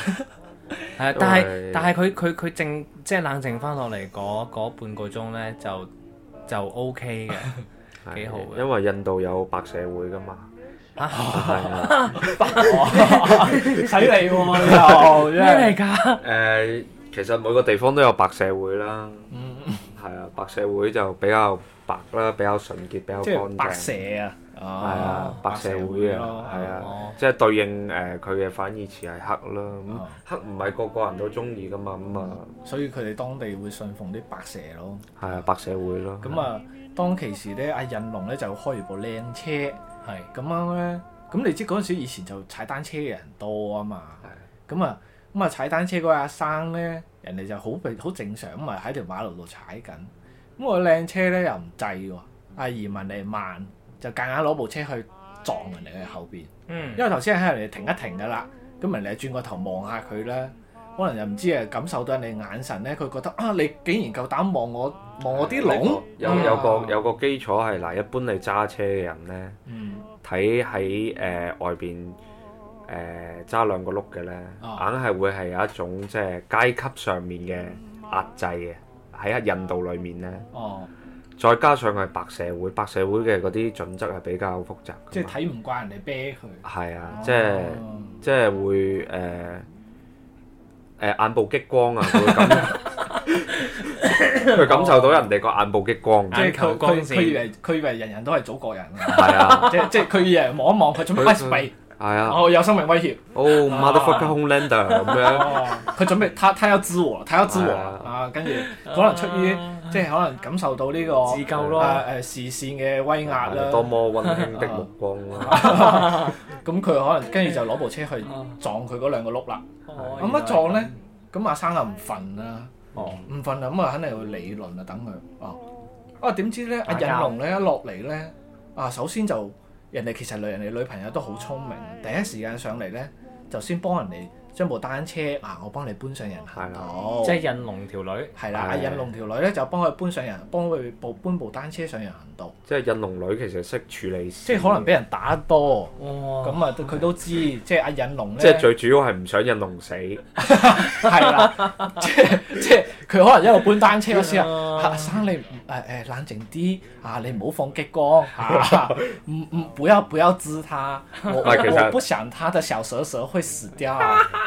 B: 係啊，但係
D: 因為
B: 但係佢佢佢靜即係冷靜翻落嚟嗰嗰半個鐘咧，就就 O K 嘅。
D: 係
B: 幾好嘅
D: 因為印度有白社會噶嘛，
B: 嚇
D: 係啊，
B: 咩
C: 使你喎，又真
B: 嚟
C: 係
B: 㗎？
D: 誒，其實每個地方都有白社會啦，
C: 嗯
D: 係啊，白社會就比較白啦，比較純潔，比較
C: 即
D: 乾
C: 係
D: 淨，
C: 白
D: 係
C: 蛇啊，
D: 啊，白社會啊，係啊
B: 哦，
D: 即係對應誒佢嘅反義詞係黑啦，咁
C: 啊
D: 黑唔係個個人都中意噶嘛，咁啊
C: 所以佢哋當地會信奉啲白蛇咯。
D: 係啊，白社會咯，
C: 咁啊，當其時咧，阿印龍咧就開住部靚車。
B: 係
C: 咁樣咧，咁你知嗰陣時以前就踩單車嘅人多啊嘛，咁啊咁啊踩單車嗰個阿生咧，人哋就好平好正常咁啊喺條馬路度踩緊，咁我靚車咧又唔制喎，阿移民嚟慢就夾硬攞部車去撞人哋嘅後邊，
B: 嗯
C: 因為頭先係人哋停一停噶啦，咁人哋就轉個頭望下佢啦。可能又唔知啊，感受到人哋眼神咧，佢覺得啊，你竟然夠膽望我望我啲啊嗯龍，
D: 有有個有個基礎係嗱，一般你揸車嘅人咧。
C: 嗯
D: 睇喺誒外邊誒、誒揸兩個碌嘅咧，硬
C: 啊
D: 係會係有一種即係階級上面嘅壓制嘅。喺印度裏面咧，
C: 哦，
D: 再加上佢係白社會，白社會嘅嗰啲準則係比較複雜㗎嘛。
C: 即係睇哦唔慣人哋啤佢。
D: 係啊，即係即係會誒誒眼部激光啊， 會 感佢感受到人哋個眼部激光，
C: 哦即係
B: 眼球
C: 佢
B: 光
C: 佢
B: 線
C: 佢以為佢以為人人都係祖國人啊！
D: 係啊
C: 即即係佢以為望一望佢準備
D: 佢
C: 喂喂，
D: 係啊，
C: 哦有生命威脅，
D: 哦
B: 啊
D: motherfucker homelander 咁樣，
C: 哦佢準備他他要知 我，他要知我
D: 係啊
C: 啊！跟住可能出於即係可能感受到呢個
B: 自救咯
C: 啊誒視線嘅威壓啦，
D: 啊多麼溫馨的目光啊
B: 啊
D: 啦，
C: 咁佢可能跟住就攞部車去撞佢嗰兩個碌啦。
B: 哦
C: 咁一撞咧，咁阿生就唔瞓啦。
B: 哦，
C: 唔瞓啦，咁啊肯定會理論啊，等佢哦。啊點知咧，
B: 打
C: 阿引
B: 交
C: 龍咧一落嚟咧，啊首先就人哋其實女人哋女朋友都好聰明，第一時間上嚟咧就先幫人哋將部單車啊，我幫你搬上人行道。
B: 即係印龍條女，
C: 係啦，阿
D: 係
C: 引龍條女咧就幫佢搬上人，幫佢部搬部單車上人行道，
D: 即係印龍女其實識處理事，
C: 即係可
B: 嗯
C: 能俾人打得多，
B: 哇！
C: 咁啊佢 都知，即係阿引龍咧，
D: 即係最主要係唔想印龍死，
C: 係 啦，即係即係佢可能一路搬單車嗰時啊，
B: 啊
C: 啊生你誒誒冷靜啲啊，你唔好放激光啊，唔唔不要不要知他，我 我
D: 喂啊其實
C: 我不想他的小蛇蛇會死掉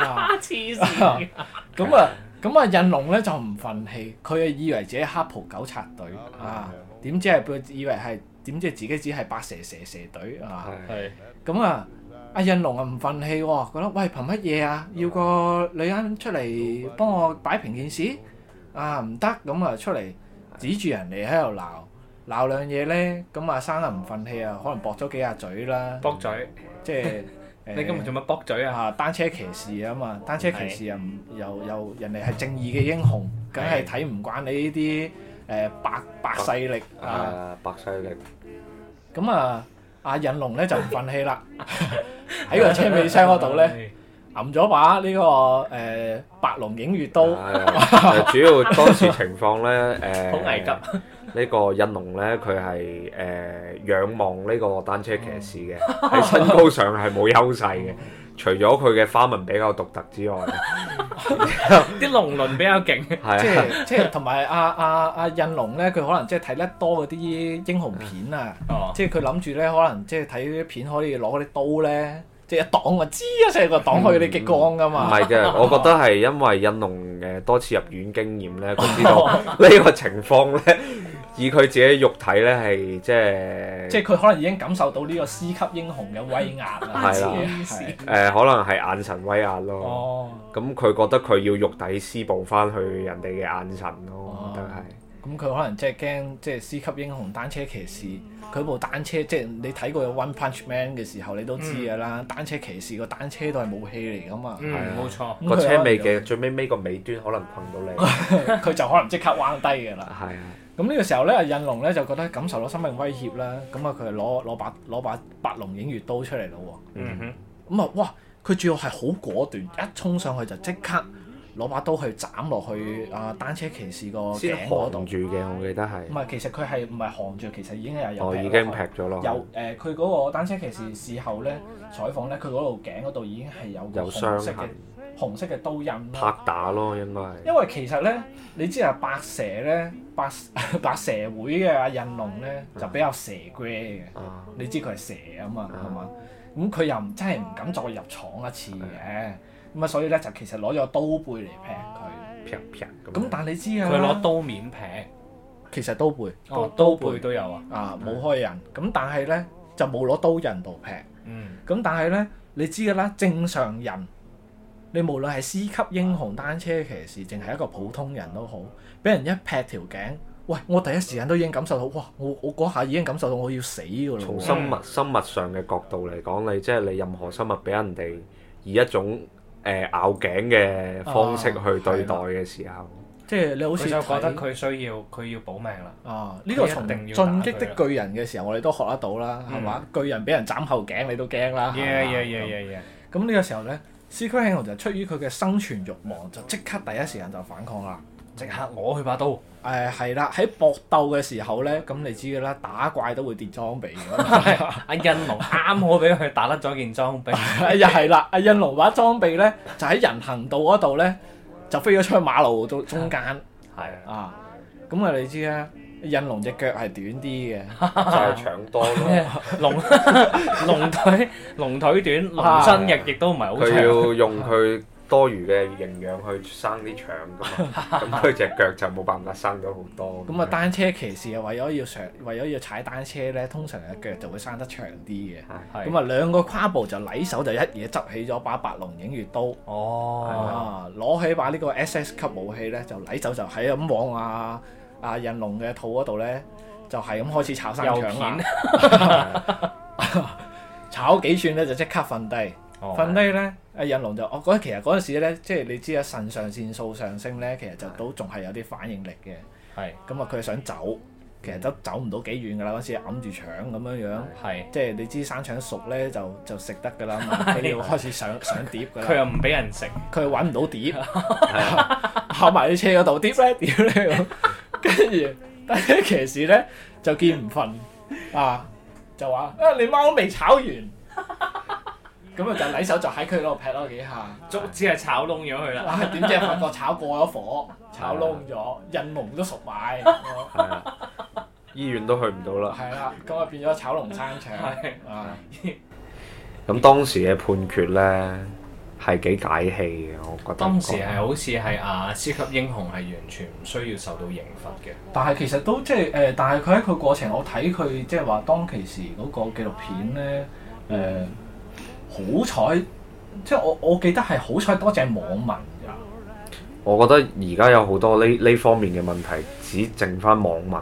C: 啊！
B: 黐線，
C: 咁啊咁啊，印龍咧就唔憤氣，佢啊以為自己黑袍糾察隊
D: 哦
C: 啊，點知係佢以為係點知自己只係白蛇蛇蛇隊啊！
D: 係
B: 係
C: 咁啊，阿印龍啊唔憤氣喎，覺得喂憑乜嘢啊？要個女人出嚟幫我擺平件事啊唔得，咁啊出嚟指住人哋喺度鬧鬧兩嘢咧，咁阿生啊唔憤氣啊，可能駁咗幾下嘴 啦，
B: 卜嘴，
C: 即係
B: 你今日
C: 誒
B: 做乜卜嘴啊？
C: 啊單車騎士啊嘛，單車騎士啊唔又又人哋係正義嘅英雄，梗係睇唔慣你呢啲誒白白勢力啊！
D: 啊白勢力，
C: 咁啊，阿引龍咧就唔憤氣 啦，喺個車尾箱嗰度咧，揞咗把呢、個誒、呃白龍影月刀，
D: 係啊主要當時情況咧，誒
B: 好危急，
D: 呢個印龍咧，佢係誒仰望呢個單車騎士嘅，喺身高上係冇優勢 嘅，除咗佢嘅花紋比較獨特之外，
B: 啲龍鱗比較勁，
C: 即
D: 係啊，
C: 係 即係同埋阿阿阿印龍咧，佢可能即係睇得多嗰啲英雄片啊，
D: 嗯
B: 哦，
C: 即係佢諗住咧，可能即係睇啲片可以攞嗰啲刀咧，即係一擋啊，知一成個擋去啲激光噶
D: 唔
C: 嘛，
D: 嗯係嘅， 我覺得係因為印龍嘅多次入院經驗 咧，佢知道呢個情況咧，以佢自己肉體咧係即係
C: 即係佢可能已經感受到呢個 C 級英雄嘅威壓啦，
D: 係啦
C: 係
B: 線
D: 誒可能係眼神威壓咯，
C: 哦，
D: 咁佢覺得佢要肉體施暴翻去人哋嘅眼神咯，
C: 哦
D: 我覺得係。
C: 咁佢可能即係驚，即係 C 級英雄單車騎士，佢部單車即係你睇過《One Punch Man》嘅時候，你都知㗎啦。單車騎士個單車都係武器嚟㗎嘛，
B: 嗯
D: 係啊，
B: 冇錯，
C: 咁
D: 個
C: 佢
D: 車尾
C: 可能
D: 嘅最尾尾個尾端可能碰到 你，
C: 佢就可能即刻彎低㗎啦。
D: 係啊。
C: 咁呢個時候咧，阿印龍咧就覺得感受到生命威脅啦，咁啊佢就攞攞把攞把白龍影月刀出嚟咯
B: 嗯哼，
C: 喎。咁啊，哇！佢主要係好果斷，一衝上去就即刻攞把刀去斬落去啊單車騎士個
D: 先
C: 頸嗰
D: 韓
C: 度。
D: 住嘅，我記得係
C: 唔，係，其實佢係唔係行住，其實已經係嗯有
D: 我
C: 劈
D: 哦已
C: 落
D: 經
C: 去
D: 劈咗落去，
C: 有誒，佢嗰個單車騎士事後咧採訪咧，佢嗰度頸嗰度已經係有個
D: 有
C: 紅色
D: 傷
C: 嘅
D: 痕，
C: 紅色嘅刀印啦。
D: 拍打咯，應該係
C: 因為其實咧，你知啊，白蛇咧，白 白蛇會嘅阿印龍咧
D: 嗯
C: 就比較蛇龜嘅，
D: 啊，
C: 你知佢係蛇啊嘛，
D: 嗯嗯
C: 係嘛？咁佢又唔真係唔敢再入廠一次嘅，咁啊所以咧就其實攞咗刀背嚟劈
D: 劈劈
C: 佢。咁
D: 咁。
C: 但係你知啊，
B: 佢攞刀面劈，
C: 其實刀背
B: 哦，刀背都有啊，
C: 啊冇開人，咁但係咧就冇攞刀刃度劈。
B: 嗯，
C: 咁但係咧，你知㗎啦，正常人，你無論係 C 級英雄單車騎士，淨係一個普通人都好，俾人一劈條頸，喂，我第一時間都已經感受到，哇！我我嗰下已經感受到我要死㗎啦
D: 從
C: 喎，
D: 生物生物上嘅角度嚟講，你即係你任何生物俾人哋以一種誒咬頸嘅方式
C: 啊
D: 去對待嘅時候，
C: 即係你好似
B: 佢就覺得
C: 睇
B: 佢需要佢要保命啦，
C: 啊，呢個從
B: 佢一定要打佢嗯
C: 進擊的巨人嘅時候，我哋都學得到啦，係嘛？巨人俾人斬後頸，你都驚啦，係嘛
B: yeah yeah yeah yeah yeah，
C: 咁呢個時候咧，C 區英雄就出於佢嘅生存慾望，就即刻第一時間就反抗啦。
B: 即刻攞佢把刀。
C: 誒係啦，喺搏鬥嘅時候咧，咁你知嘅啦，打怪都會跌裝 備㗎。
B: 阿印龍啱好俾佢打甩咗件裝備，
C: 又哎係啦，阿印龍把裝備咧就喺人行道嗰度咧就飛咗出去馬路中中間
B: 係啊，
C: 啊！咁啊，你知啦，印龍隻腳係短啲嘅，
D: 就
C: 啊
D: 係搶 多咯。
B: 龍龍腿龍腿短，龍身翼亦都唔係好
D: 佢
B: 長。
D: 要用佢多餘嘅營養去生啲腸 㗎嘛，咁佢只腳就冇辦法生咗好多。
C: 咁啊單車騎士啊為咗要上，為咗要踩單車咧，通常嘅腳就會生得長啲嘅。
B: 係
C: 咁啊兩個跨步就禮手就一嘢執起咗把白龍影月刀。
B: 哦，
C: 啊，攞起把呢個 S.S 級武器咧，就攆手就喺咁往啊啊印龍嘅肚嗰度咧，就係咁開始炒生
B: 又
C: 腸啦
B: 片，
C: 炒幾轉咧就即刻瞓低，
B: 哦
C: 瞓低咧阿印龍就我覺得其實嗰陣時咧，即係你知啊腎上腺素上升咧，其實就都仲係有啲反應力嘅，
B: 係
C: 咁啊佢想走，其實都走唔到幾遠噶啦，嗰陣時揞住腸咁樣樣。
B: 嗯係，
C: 即係你知生腸熟咧就就食得㗎啦嘛， 佢哋開始上上碟㗎啦。
B: 佢又唔俾人食，
C: 佢揾唔到碟，靠埋啲車嗰度碟咧， 碟咧咁，跟住但係騎士咧就見唔瞓啊，就話啊你貓未炒完，咁啊就禮手就喺佢嗰度劈多幾下，
B: 足只係炒窿咗佢啦。
C: 啊點知發覺炒過咗火，炒窿咗，印龍都熟埋，哦
D: 係啊，醫院都去唔到啦。
C: 係啦，咁啊變咗炒龍生腸
B: 係
C: 啊，
D: 咁當時嘅判決呢，係幾解氣嘅，我覺得。
B: 當時係好似係啊，超級英雄係完全唔需要受到刑罰嘅。
C: 但係其實都即係誒、呃但係佢喺佢過程，我睇佢即係話當其時嗰個紀錄片咧，誒、好彩，即係我我記得係好彩多謝網民㗎，
D: 我覺得而家有好多呢呢方面嘅問題，只剩翻網民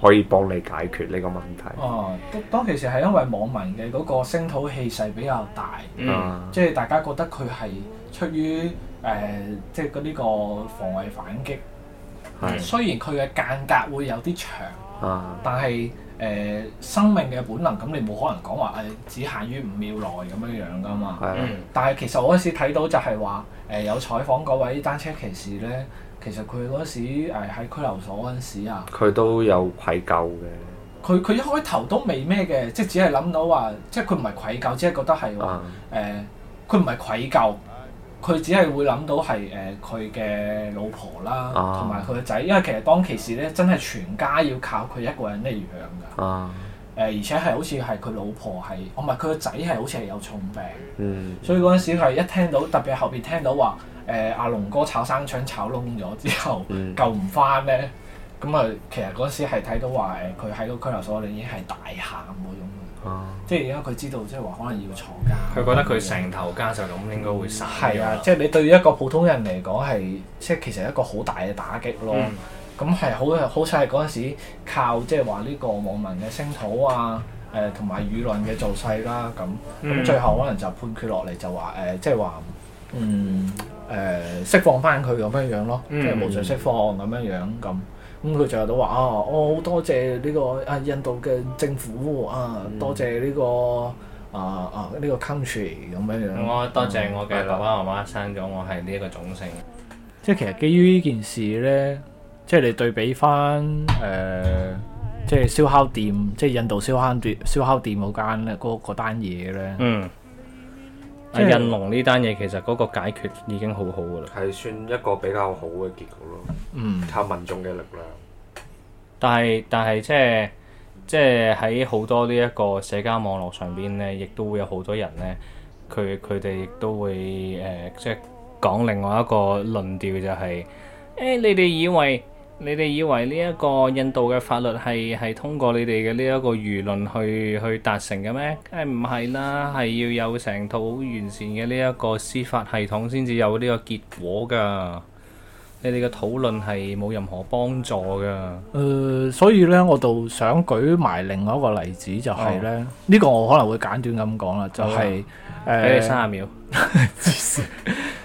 D: 可以幫你解決呢個問題。
C: 啊，當當其時係因為網民嘅嗰個聲討氣勢比較大，
B: 嗯，
D: 啊，
C: 即係大家覺得佢係出於誒、呃即係嗰呢個防衞反擊，
D: 係
C: 雖然佢嘅間隔會有啲長。
D: 啊，
C: 但係誒、呃生命嘅本能，咁你冇可能講話誒只限於五秒內咁樣樣噶嘛。
D: 係啊
B: 嗯，
C: 但係其實我嗰時睇到就係話誒有採訪嗰位單車騎士咧，其實佢嗰時誒喺拘留所嗰陣時啊，
D: 佢都有愧疚嘅。
C: 佢佢一開頭都未咩嘅，即係只係諗到話，即係佢唔係愧疚，只係覺得
B: 嗯
C: 係話
D: 啊，
C: 誒佢唔係愧疚。佢只係會諗到係誒佢嘅老婆啦，
D: 啊
C: 同埋佢個仔，因為其實當其時咧，真係全家要靠佢一個人嚟養㗎。
D: 啊，
C: 誒，而且係好似係佢老婆係，哦唔係佢個仔係好似係有重病，
D: 嗯，
C: 所以嗰陣時佢係一聽到，特別係後邊聽到話誒、阿龍哥炒生腸炒窿咗之後
D: 嗯
C: 救唔翻咧，咁啊其實嗰陣時係睇到話誒佢喺個拘留所裏已經係大喊嗰種，
D: 啊，
C: 即係而家佢知道即係話可能要坐監。
B: 佢覺得佢成頭家就咁應該會散咗
C: 係啊
B: 啦，。
C: 即係你對於一個普通人嚟講係即係其實一個好大嘅打擊咯。
B: 嗯
C: 咁係好好彩係嗰陣時靠即係話呢個網民嘅聲討啊，誒同埋輿論嘅造勢啦，咁咁、
B: 嗯
C: 最後可能就判決落嚟就話誒、即係話嗯誒、釋放翻佢咁樣樣咯，
B: 嗯
C: 即係無罪釋放咁樣樣咁。咁佢就有都話啊，我好多謝呢、個啊印度嘅政府啊，
B: 嗯
C: 多謝呢、個啊啊呢、個 country 咁樣樣。
B: 我多謝我嘅爸爸媽媽生咗我係呢一個種姓。
C: 即係其實基於呢件事咧，即係你對比翻誒、呃即係燒烤店，即係印度燒烤店燒烤店嗰間咧，嗰嗰單嘢咧，
B: 嗯，阿
C: 即係
B: 啊印龍呢單嘢其實嗰個解決已經好好噶啦，
D: 係算一個比較好嘅結局咯，
C: 嗯，
D: 靠民眾嘅力量。
B: 但係但係即係即係喺好多呢一個社交網絡上邊咧，亦都會有好多人咧，佢佢哋亦都會誒、呃即係講另外一個論調就係、誒、你哋以為你哋以為呢一個印度嘅法律係係通過你哋嘅呢一個輿論去去達成嘅咩？誒唔係啦，係要有成套好完善嘅呢一個司法系統先至有呢個結果㗎。你哋嘅討論係冇任何幫助㗎。
C: 誒、呃所以咧，我就想舉埋另外一個例子，就係咧，
B: 哦
C: 呢、個我可能會簡短咁講啦，就係、
B: 啊
C: 呃
B: 俾你
C: 誒，
B: 三十秒。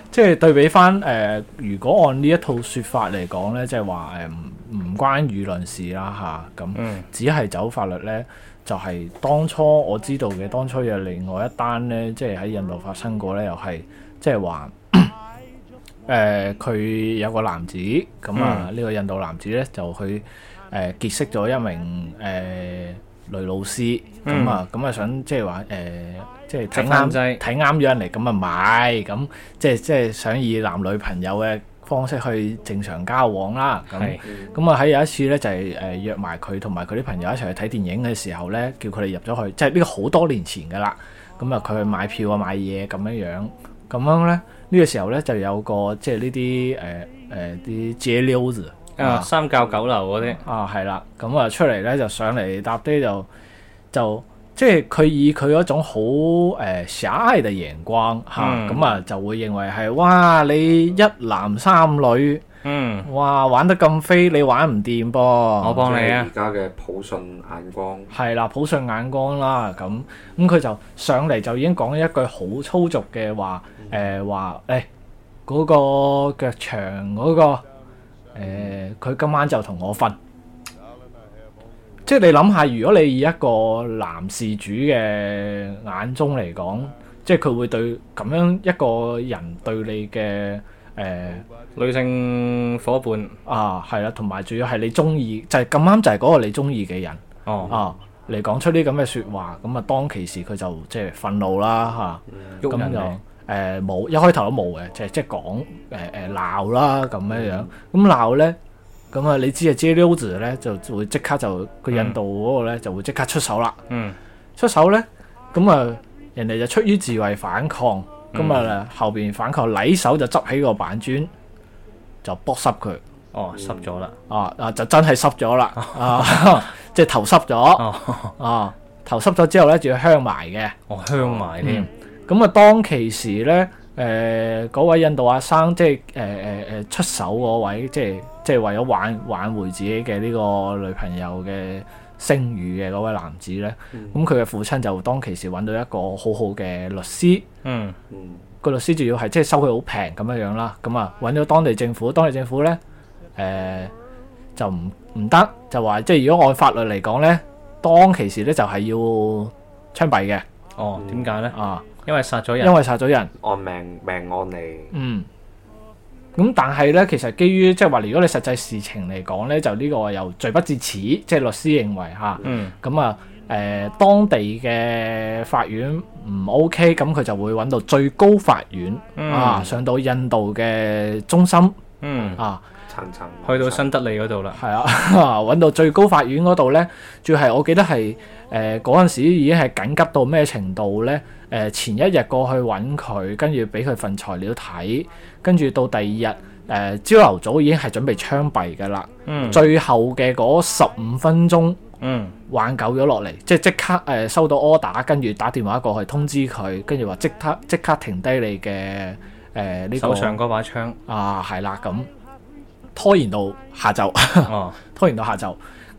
C: 即係對比翻誒、如果按呢一套説法嚟講咧，即係話誒唔唔關輿論事啦吓，咁、
B: 嗯
C: 只係走法律呢，就係、當初我知道嘅，當 初有另外一單呢，即係喺印度發生過呢，又係即係話誒呃佢有個男子，咁啊呢個印度男子咧就去誒結識咗一名誒女老師，咁啊咁啊想即係話誒即係睇
B: 執番劑
C: 啱睇啱樣嚟，咁啊買，咁即係即係想以男女朋友嘅方式去正常交往啦，咁。
B: 係
C: 咁啊喺有一次咧就係、誒、約埋佢同埋佢啲朋友一齊去睇電影嘅時候咧，叫佢哋入咗去，即係呢個好多年前噶啦。咁啊佢去買票啊買嘢咁樣樣，咁樣咧呢、呢個時候咧就有個即係呢啲誒誒啲 j e l
B: 啊三教九流嗰啲，
C: 啊，係啦，咁啊出嚟咧就上嚟搭啲就就即係佢以佢嗰種好誒 shy 嘅眼光嚇，
B: 嗯
C: 咁啊、就會認為係哇你一男三女，
B: 嗯，
C: 哇玩得咁飛，你玩唔掂噃，
B: 我幫你啊
D: 而，家嘅普信眼光，
C: 係啦，普信眼光啦，咁咁佢就上嚟就已經講咗一句好粗俗嘅話，誒話誒嗰個腳長嗰、個呃佢、今晚就同我瞓。即係你諗下，如果你以一個男事主嘅眼中嚟講，即係佢會對咁樣一個人對你嘅誒。呃
B: 女性伙伴，
C: 啊，係啦，同埋仲要係你中意，就係咁啱就係嗰個你中意嘅人，
B: 哦
C: 啊嚟講出啲咁嘅説話，咁啊當其時佢就即係憤怒啦嚇，
B: 嗯喐
C: 咁、
B: 人
C: 就
B: 哋
C: 誒冇、一開頭都冇嘅，就係即係講誒誒鬧啦咁樣
B: 嗯
C: 樣，咁鬧咧，咁啊你知啊 j e l z 咧就會即刻就個印度嗰個咧就會即刻出手啦，
B: 嗯
C: 出手咧，咁啊人哋就出於自衞反抗，咁
B: 嗯
C: 啊後邊反抗禮手就執起個板磚就剝濕佢。
B: 哦濕咗啦，
C: 啊啊就真係濕咗啦，啊 即係頭濕咗，
B: 哦
C: 啊頭濕咗之後咧，仲要香埋嘅，
B: 我哦香埋添，
C: 咁啊當其時咧，誒、嗰位印度阿生即係誒誒誒出手嗰位，即係即係為咗挽挽回自己嘅呢個女朋友嘅聲譽嘅嗰位男子咧，咁佢嘅父親就當其時揾到一個好好嘅律師。
B: 嗯
D: 嗯，
C: 個律師仲要係即係收佢好平咁樣樣啦，咁啊揾咗當地政府，當地政府咧誒、就唔唔得，就話即係如果按法律嚟講咧，當其時咧就係要槍斃嘅
B: 哦點解呢？
C: 啊，
B: 因為殺咗人
C: 因，為殺咗人，
D: 按命命按嚟，
C: 嗯。咁但係咧，其實基於即係話，如果你實際事情嚟講咧，就呢個又罪不至此，即係律師認為嚇。
B: 嗯
C: 咁啊誒當地嘅法院唔 OK，咁佢就會揾到最高法院、
B: 嗯
C: 啊，上到印度嘅中心
B: 嗯，
C: 啊，
D: 層層
B: 去到新德里嗰度啦，
C: 係啊， 揾到最高法院嗰度咧，仲要係我記得係誒嗰陣時已經係緊急到咩程度咧？誒、前一日過去揾佢，跟住俾佢份材料睇，跟住到第二日。誒朝頭早已經係準備槍斃㗎啦，
B: 嗯
C: 最後嘅嗰十五分鐘
B: 嗯
C: 挽救咗落嚟，即係即刻誒、呃收到 order，跟住打電話過去通知佢，跟住話即刻即刻停低你嘅誒呢
B: 手
C: 個
B: 上嗰把 槍，
C: 啊係啦咁，拖延到下晝，
B: 哦
C: 拖延到下晝。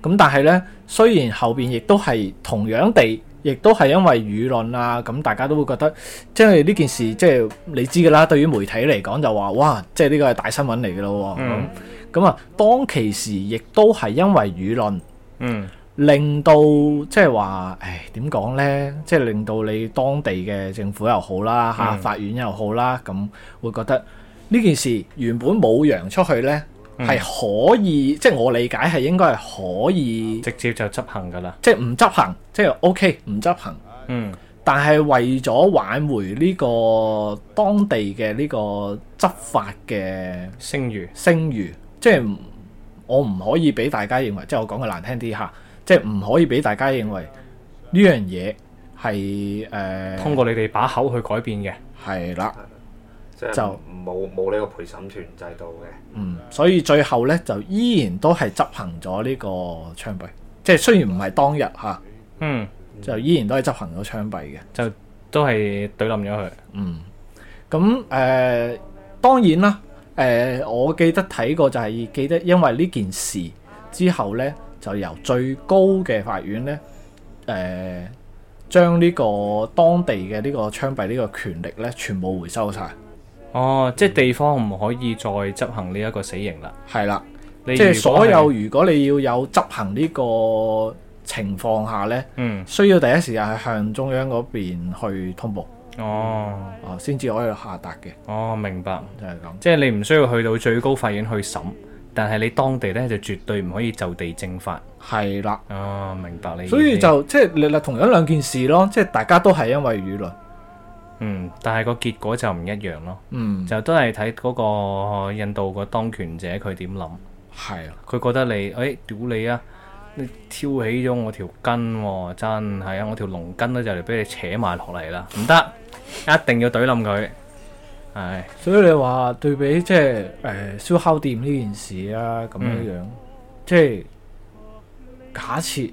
C: 咁但係呢，雖然後邊亦都係同樣地，亦都係因為輿論啊，咁大家都會覺得，即係呢件事即係你知㗎啦。對於媒體嚟講就話，哇，即係呢個係大新聞嚟㗎咯喎。咁
B: 嗯
C: 咁啊，當其時亦都係因為輿論。
B: 嗯
C: 令到即係話，誒點講呢？即係令到你當地嘅政府又好啦，嚇、
B: 嗯
C: 法院又好啦，咁會覺得呢件事原本冇揚出去呢，係、可以，即係我理解係應該係可以，
B: 直接就執行噶啦，
C: 即係唔執行，即係 OK 唔執行。
B: 嗯
C: 但係為咗挽回呢個當地嘅呢個執法嘅
B: 聲譽，
C: 聲譽，即係唔我唔可以俾大家認為，即係我講嘅難聽啲嚇，即係唔可以俾大家認為呢樣嘢係
B: 通
C: 誒
B: 過你哋把口去改變嘅，
C: 係啦，
D: 即係
C: 就
D: 冇冇呢個陪審團制度嘅。
C: 嗯，所以最後咧就依然都係執行咗呢個槍斃，即係雖然唔係當日嚇，
B: 嗯
C: 就依然都係執行咗槍斃嘅。
B: 就都係懟冧咗佢，
C: 嗯，咁誒、呃、當然啦，誒、我記得睇過就係記得，因為呢件事之後咧，就由最高嘅法院咧，誒、將呢個當地嘅呢個槍斃呢個權力咧，全部回收晒。
B: 哦即係地方唔可以再執行呢一個死刑啦，
C: 係啦，
B: 即
C: 即係所有如果你要有執行呢個情況下咧，
B: 嗯
C: 需要第一時間係向中央嗰邊去通報。
B: 哦，
C: 啊，先至可以下達嘅，
B: 哦，明白。
C: 就係咁。
B: 即係你唔需要去到最高法院去審，但係你當地呢就絕對唔可以就地正法。
C: 係啦，
B: 啊，明白你意思。
C: 所以就即係你嗱同樣兩件事咯，即係大家都係因為輿論，
B: 嗯，但係個結果就唔一樣咯，
C: 嗯，
B: 就都係睇嗰個印度個當權者佢點諗。
C: 係啦，
B: 佢覺得你，誒、屌你啊！你挑起咗我條筋喎、真係啊！我條龍筋都就嚟俾你扯埋落嚟啦，唔得，一定要懟冧佢。係，
C: 所以你話對比即係誒燒烤店呢件事啊，咁樣樣，即係假設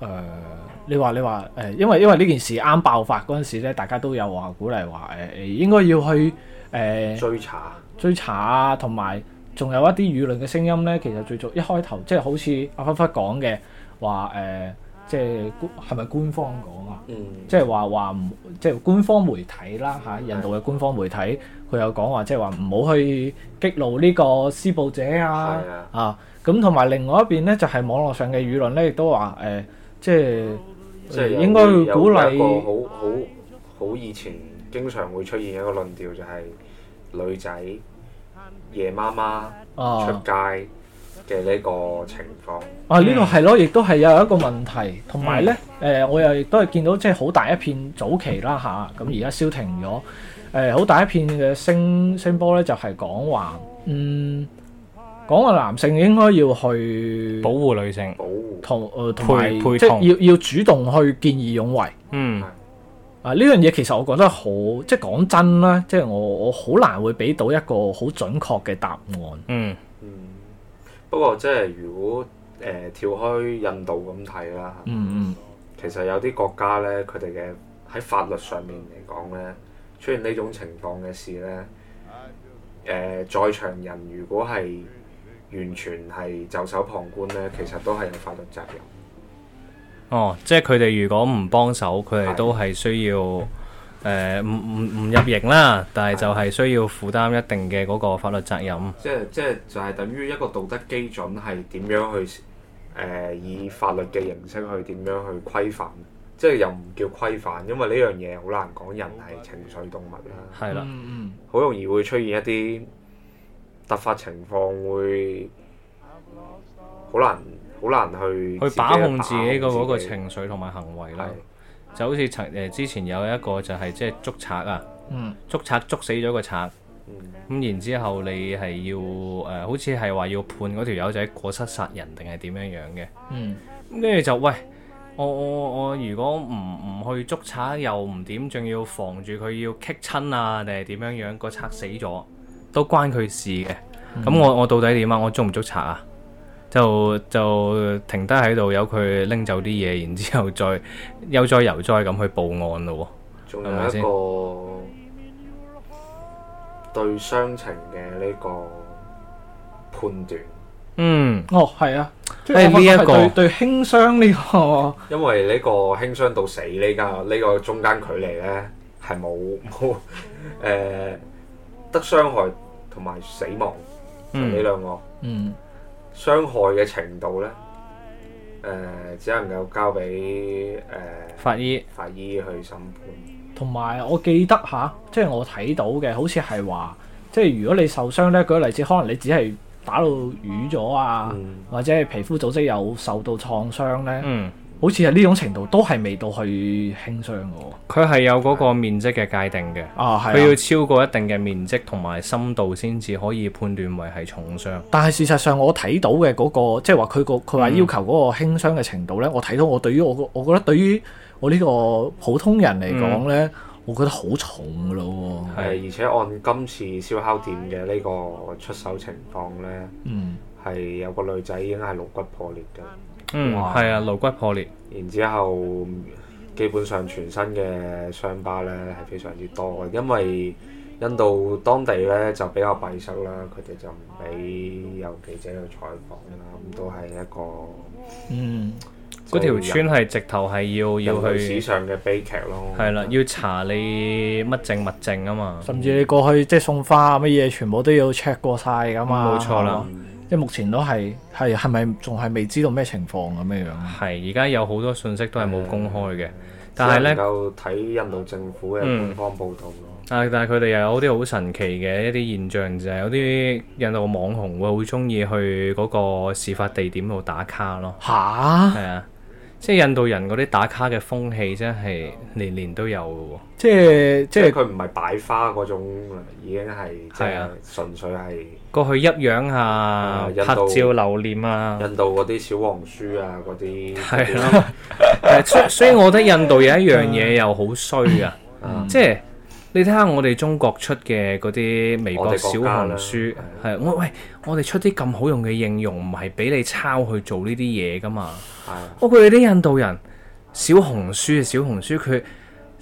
C: 誒、你話你話誒、因為因為呢件事啱爆發嗰陣時咧，大家都有話鼓勵話誒誒應該要去誒。
D: 追查
C: 追查啊，同埋仲有一啲輿論嘅聲音咧，其實最早一開頭即係好似阿忽忽講嘅話誒，即係官係咪官方講啊？
D: 嗯
C: 即係話話唔即係官方媒體啦嚇、印度嘅官方媒體佢有講話，即係話唔好去激怒呢個施暴者啊
D: 係啊
C: 啊！咁同埋另外一邊咧，就係、網絡上嘅輿論咧，亦都話誒、即係
D: 即係有
C: 應該會
D: 有
C: 鼓勵
D: 一個好好好以前經常會出現一個論調就係女仔夜媽媽
C: 啊
D: 出街嘅呢個情況，
C: 啊，呢個係咯，亦都係有一個問題，同埋咧，誒、我又亦都係見到即係好大一片早期啦吓，咁而家消停咗，誒、好大一片嘅聲聲波咧，就係講話，嗯，講話男性應該要去
B: 保護女性。
D: 保護
C: 同誒同埋
B: 陪陪
C: 即係
B: 同
C: 要要主動去見義勇為。
B: 嗯
C: 啊！呢樣嘢其實我覺得好，即係講真啦，即係我我好難會俾到一個好準確嘅答案。
B: 嗯
D: 嗯，不過即係如果誒、呃跳開印度咁睇啦，
C: 嗯
D: 其實有啲國家咧，佢哋嘅喺法律上面嚟講咧，出現呢種情況嘅事咧，誒、在場人如果係完全係袖手旁觀咧，其實都係有法律責任。
B: 哦，即係佢哋如果唔幫手，佢哋
D: 係
B: 都係需要誒唔唔唔入營啦，但係就係需要負擔一定嘅嗰個法律責任。
D: 即係即係就係等於一個道德基準係點樣去誒、呃以法律嘅形式去點樣去規範，即係又唔叫規範，因為呢樣嘢好難講，人係情緒動物啦，
B: 係啦，
C: 嗯
D: 好容易會出現一啲突發情況，會好難好難去
B: 去
D: 己
B: 把控自己嘅嗰個
D: 自己
B: 情緒啊同埋行為啦
D: 係。
B: 就好似曾誒之前有一個就係即係捉賊啊，
C: 嗯
B: 捉賊捉死咗個賊，
D: 嗯
B: 咁然之後你係要誒、呃好似係話要判嗰條友仔過失殺人定係點樣樣嘅，
C: 嗯
B: 咁跟住就喂，我我我如果唔唔去捉賊又唔點，仲要防住佢要棘親啊定係點樣樣，個賊死咗都關佢事嘅，咁、我我到底點啊？我捉唔捉賊啊？就就停低喺度，由佢拎走啲嘢，然之後再 悠哉悠哉咁去報案咯喎。
D: 仲
B: 係咪先
D: 有一個對傷情嘅呢個判斷。
B: 嗯，
C: 哦，係啊，即
B: 係呢一個
C: 我覺得係對對輕傷呢、個。
D: 因為呢個輕傷到死呢家呢個中間距離呢，係冇冇 誒得傷害同埋死亡就呢
B: 嗯
D: 兩個
C: 嗯
D: 傷害嘅程度呢，誒、只能夠交俾誒、呃
B: 法醫，
D: 法醫去審判。，
C: 同埋我記得吓，即係我睇到嘅，好似係話，即係如果你受傷咧，舉個例子，可能你只係打到瘀咗啊，
D: 嗯
C: 或者係皮膚組織有受到創傷咧，
B: 嗯，
C: 好似係呢種程度都係未到去輕傷嘅喎。
B: 佢係有嗰個面積嘅界定嘅，
C: 啊，
B: 佢
C: 係
B: 要
C: 啊。
B: 超過一定嘅面積同埋深度先至可以判斷為係重傷。
C: 但係事實上我睇到嘅嗰、個，即係話佢
B: 嗯
C: 個佢話要求嗰個輕傷嘅程度咧，我睇到我對於我個，我覺得對於我呢個普通人
B: 嗯
C: 嚟講咧，我覺得好重嘅咯
D: 誒、
C: 喎。
D: 呃而且按今次燒烤店嘅呢個出手情況呢，
C: 嗯，
D: 係有個女仔已經係顱骨破裂嘅。
B: 嗯，
C: 哇
B: 係啊，顱骨破裂。
D: 然之後基本上全身嘅傷疤呢係非常之多嘅，因為印度當地呢就比較閉塞啦，佢哋就唔俾有記者去採訪啦，咁都係一個
C: 嗯，
B: 嗰條村
D: 人
B: 係直頭係要
D: 人
B: 要
D: 類史
B: 去，
D: 上嘅悲劇咯。
B: 係啦，要查你乜證物證啊嘛。
D: 嗯
C: 甚至你過去即係送花啊乜嘢，全部都要 check 過晒㗎嘛。
B: 冇錯啦
C: 係嘛即係目前都係係係咪仲係未知道咩情況咁樣樣？
D: 嗯
B: 係，而家有好多信息都係冇公開嘅，但係咧
D: 只能夠睇印度政府嘅
B: 嗯
D: 官方報道咯。
B: 啊但但係佢哋又有啲好神奇嘅一啲現象，就係有啲印度網紅會好中意去嗰個事發地點度打卡咯。
C: 吓，
B: 係啊，即係印度人嗰啲打卡嘅風氣真係年年都有嘅喎。
C: 即係即
D: 即
C: 係
D: 係佢唔係擺花嗰種，已經係即
B: 係
D: 係
B: 啊
D: 純粹係
B: 過去一樣下
D: 啊印度
B: 拍照留念啊，
D: 印度嗰啲小黃書啊嗰啲。
B: 係啊咯。 誒所以所以我覺得印度有一樣嘢又好衰啊，
D: 嗯
B: 即係你睇下我哋中國出嘅嗰啲微
D: 我
B: 博、
D: 哋
B: 小
D: 國家
B: 紅
D: 啦
B: 書
D: 係，
B: 係啊我喂我哋出啲咁好用嘅應用，唔係俾你抄去做呢啲嘢噶嘛。
D: 係啊
B: 我佢哋啲印度人小紅書啊，小紅書佢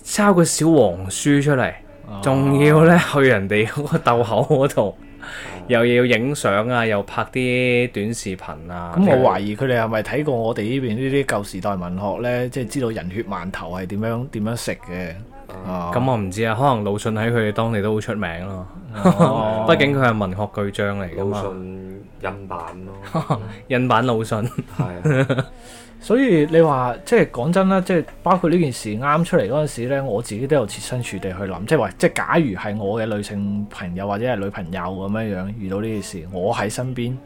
B: 抄個小黃書出嚟，
D: 哦
B: 仲要咧去人哋嗰個竇口嗰度，又要影相啊，又拍啲短視頻啊。
C: 咁我懷疑佢哋係咪睇過我哋呢邊呢啲舊時代文學咧，即係知道人血饅頭係點樣點樣食嘅啊？
B: 咁我唔知啊，可能魯迅喺佢哋當地都好出名咯。
C: 哦
B: 畢竟佢係文學巨匠 嚟噶
D: 魯
B: 嘛，
D: 迅印版咯，
B: 印版魯迅。
D: 係啊
C: 所以你話即係講真啦，即係包括呢件事啱出嚟嗰陣時咧，我自己都有設身處地去諗，即係話，即係假如係我嘅女性朋友或者係女朋友咁樣樣遇到呢件事，我喺身邊，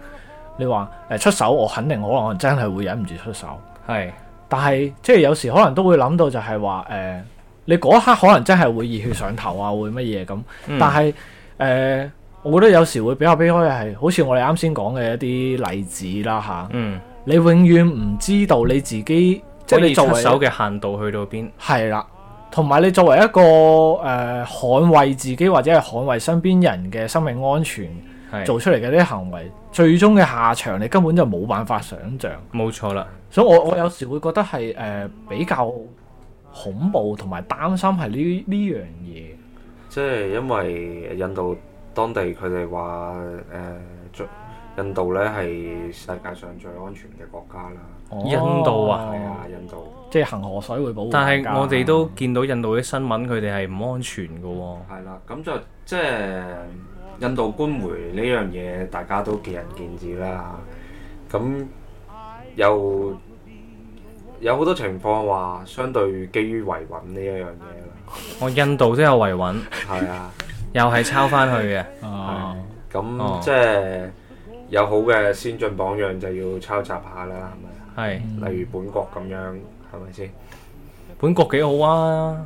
C: 你話誒出手，我肯定可能真係會忍唔住出手，
B: 係
C: 但係即係有時可能都會諗到就係話誒，你嗰一刻可能真係會熱血上頭啊，會乜嘢咁，
B: 嗯
C: 但係誒、呃我覺得有時會比較悲哀嘅係，好似我哋啱先講嘅一啲例子啦吓。
B: 嗯，
C: 你永遠唔知道你自己，即
B: 即
C: 係
B: 係
C: 你
B: 你
C: 作
B: 出
C: 為
B: 手嘅限度去到邊？
C: 係啦，同埋你作為一個誒、呃捍衛自己或者係捍衛身邊人嘅生命安全
B: 係
C: 做出嚟嘅呢啲行為，最終嘅下場你根本就冇辦法想像，
B: 冇錯啦。
C: 所以我我有時會覺得係誒、呃比較恐怖同埋擔心係呢呢樣嘢。
D: 即係因為印度當地佢哋話誒最，印度咧係世界上最安全嘅國家啦。
B: 印度啊
D: 係
C: 哦
D: 啊，印度
C: 即係恒河水會保護大
B: 但
C: 家。
B: 係我哋都見到印度啲新聞，佢哋係唔安全嘅喎。
D: 係啦，咁就即係印度官媒呢樣嘢，大家都見仁見智啦。咁又有好多情況話，相對基於維穩呢一樣嘢啦，
B: 我印度都有維穩，
D: 係啊。
B: 又係抄翻去嘅。
C: 啊
B: 哦
D: 咁即係有好嘅先進榜樣就要抄襲下啦，係咪啊？
B: 係
D: 例如本國咁樣，係咪先？誒、
B: 本國幾好啊！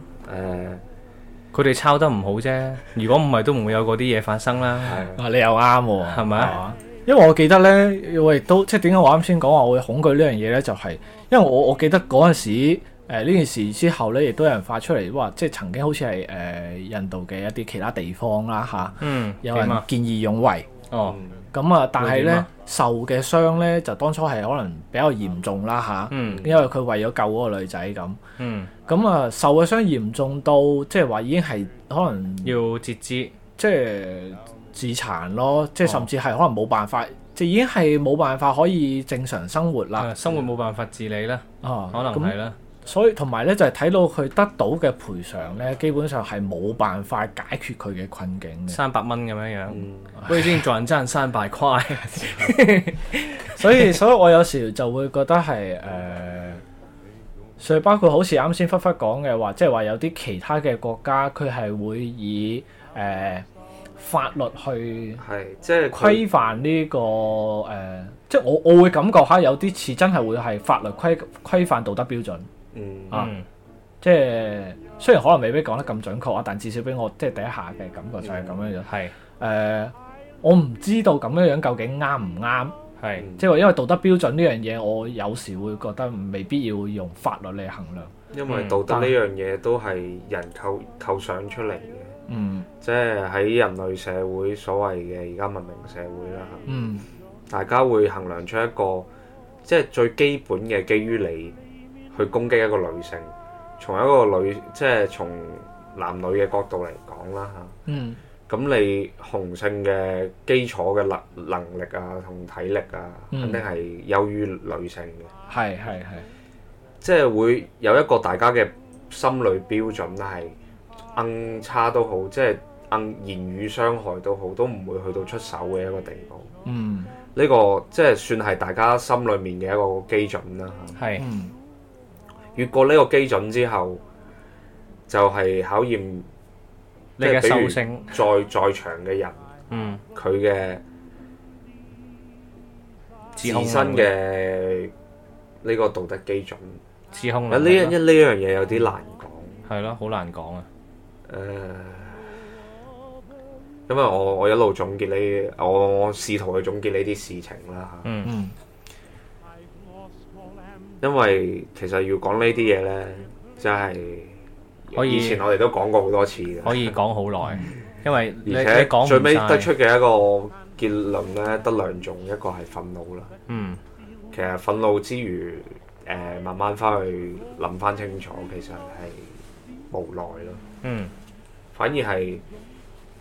B: 佢哋抄得唔好啫，如果唔係都唔會有嗰啲嘢發生啦，
D: 係
C: 啊，你又啱喎、
B: 係咪啊？
C: 因為我記得咧，我亦都即係點解我啱先講話我會恐懼呢樣嘢咧，就係、因為我我記得嗰陣時誒呢、件事之後咧，亦都有人發出嚟話，即係曾經好似係誒印度嘅一啲其他地方啦吓，
B: 嗯，
C: 有
B: 點
C: 人
B: 啊？
C: 見義勇為。
B: 哦，
D: 嗯
C: 咁啊，但係
B: 會點
C: 咧
B: 啊
C: 受嘅傷咧就當初係可能比較嚴重啦吓，
B: 嗯
C: 因為佢為咗救嗰個女仔咁，
B: 嗯，
C: 咁啊受嘅傷嚴重到即係話已經係可能
B: 要截肢，
C: 即係自殘咯，
B: 哦
C: 即係甚至係可能冇辦法，即係已經係冇辦法可以正常生活啦。
B: 啊生活冇辦法自理啦，
C: 啊，
B: 可能係
C: 咁，
B: 啦，
C: 所以同埋咧就係睇到佢得到嘅賠償咧，基本上係冇辦法解決佢嘅困境 嘅。
B: 三百蚊咁樣樣，
D: 嗯
B: 我已經賺爭三百 塊，
C: 所以所以我有時就會覺得係誒、呃所以包括好似啱先忽忽講嘅話，即係話有啲其他嘅國家佢係會以誒、呃法律去。
D: 係即係佢
C: 規範呢、個誒、呃即係我我會感覺下有啲似真係會係法律規規範道德標準，
D: 嗯
C: 啊
B: 嗯，
C: 即係雖然可能未必講得咁準確啊，但至少俾我即係第一下嘅感覺就係咁樣樣。誒、
B: 係
C: 我唔知道咁樣樣究竟啱唔啱，
B: 係，
C: 即係話因為道德標準呢樣嘢，我有時會覺得未必要用法律嚟衡量。
D: 因為
B: 嗯
D: 道德
C: 但
D: 呢樣嘢都係人構構想出嚟嘅，
C: 嗯
D: 即係喺人類社會所謂嘅而家文明社會啦，
C: 嗯
D: 大家會衡量出一個即係最基本嘅基於你去攻擊一個女性，從一個女即係從男女嘅角度嚟講啦嚇。
C: 嗯
D: 咁你雄性嘅基礎嘅能能力啊同體力啊，
C: 嗯
D: 肯定係優於女性嘅，
C: 係係係
D: 即係會有一個大家嘅心理標準係硬差都好，即係硬言語傷害都好，都唔會去到出手嘅一個地步。
C: 嗯
D: 呢、個即係算係大家心裏面嘅一個基準啦。
B: 係，
C: 嗯
D: 越過呢個基準之後，就係考驗
B: 你嘅
D: 即係比
B: 獸
D: 如
B: 性，
D: 在在場嘅人
B: 嗯，
D: 佢嘅自
B: 控
D: 身
B: 能力
D: 嘅呢個道德基準。
B: 自控
D: 啊
B: 能
D: 呢
B: 力
D: 一
B: 啦
D: 呢樣嘢有啲難講。
B: 係咯，好難講啊。
D: 誒，因為我我一路總結呢，我我試圖去總結呢啲事情啦嚇，
B: 嗯
C: 嗯，
D: 因為其實要講呢啲嘢呢，真係
B: 可以
D: 以前我哋都講過好多次嘅，
B: 可以講好耐，因為你你
D: 嗯而
B: 講
D: 且
B: 唔
D: 最尾
B: 晒
D: 得出嘅一個結論呢，得兩種，一個係憤怒啦，
B: 嗯
D: 其實憤怒之餘，誒、慢慢翻去諗翻清楚，其實係無奈咯。
B: 嗯
D: 反而係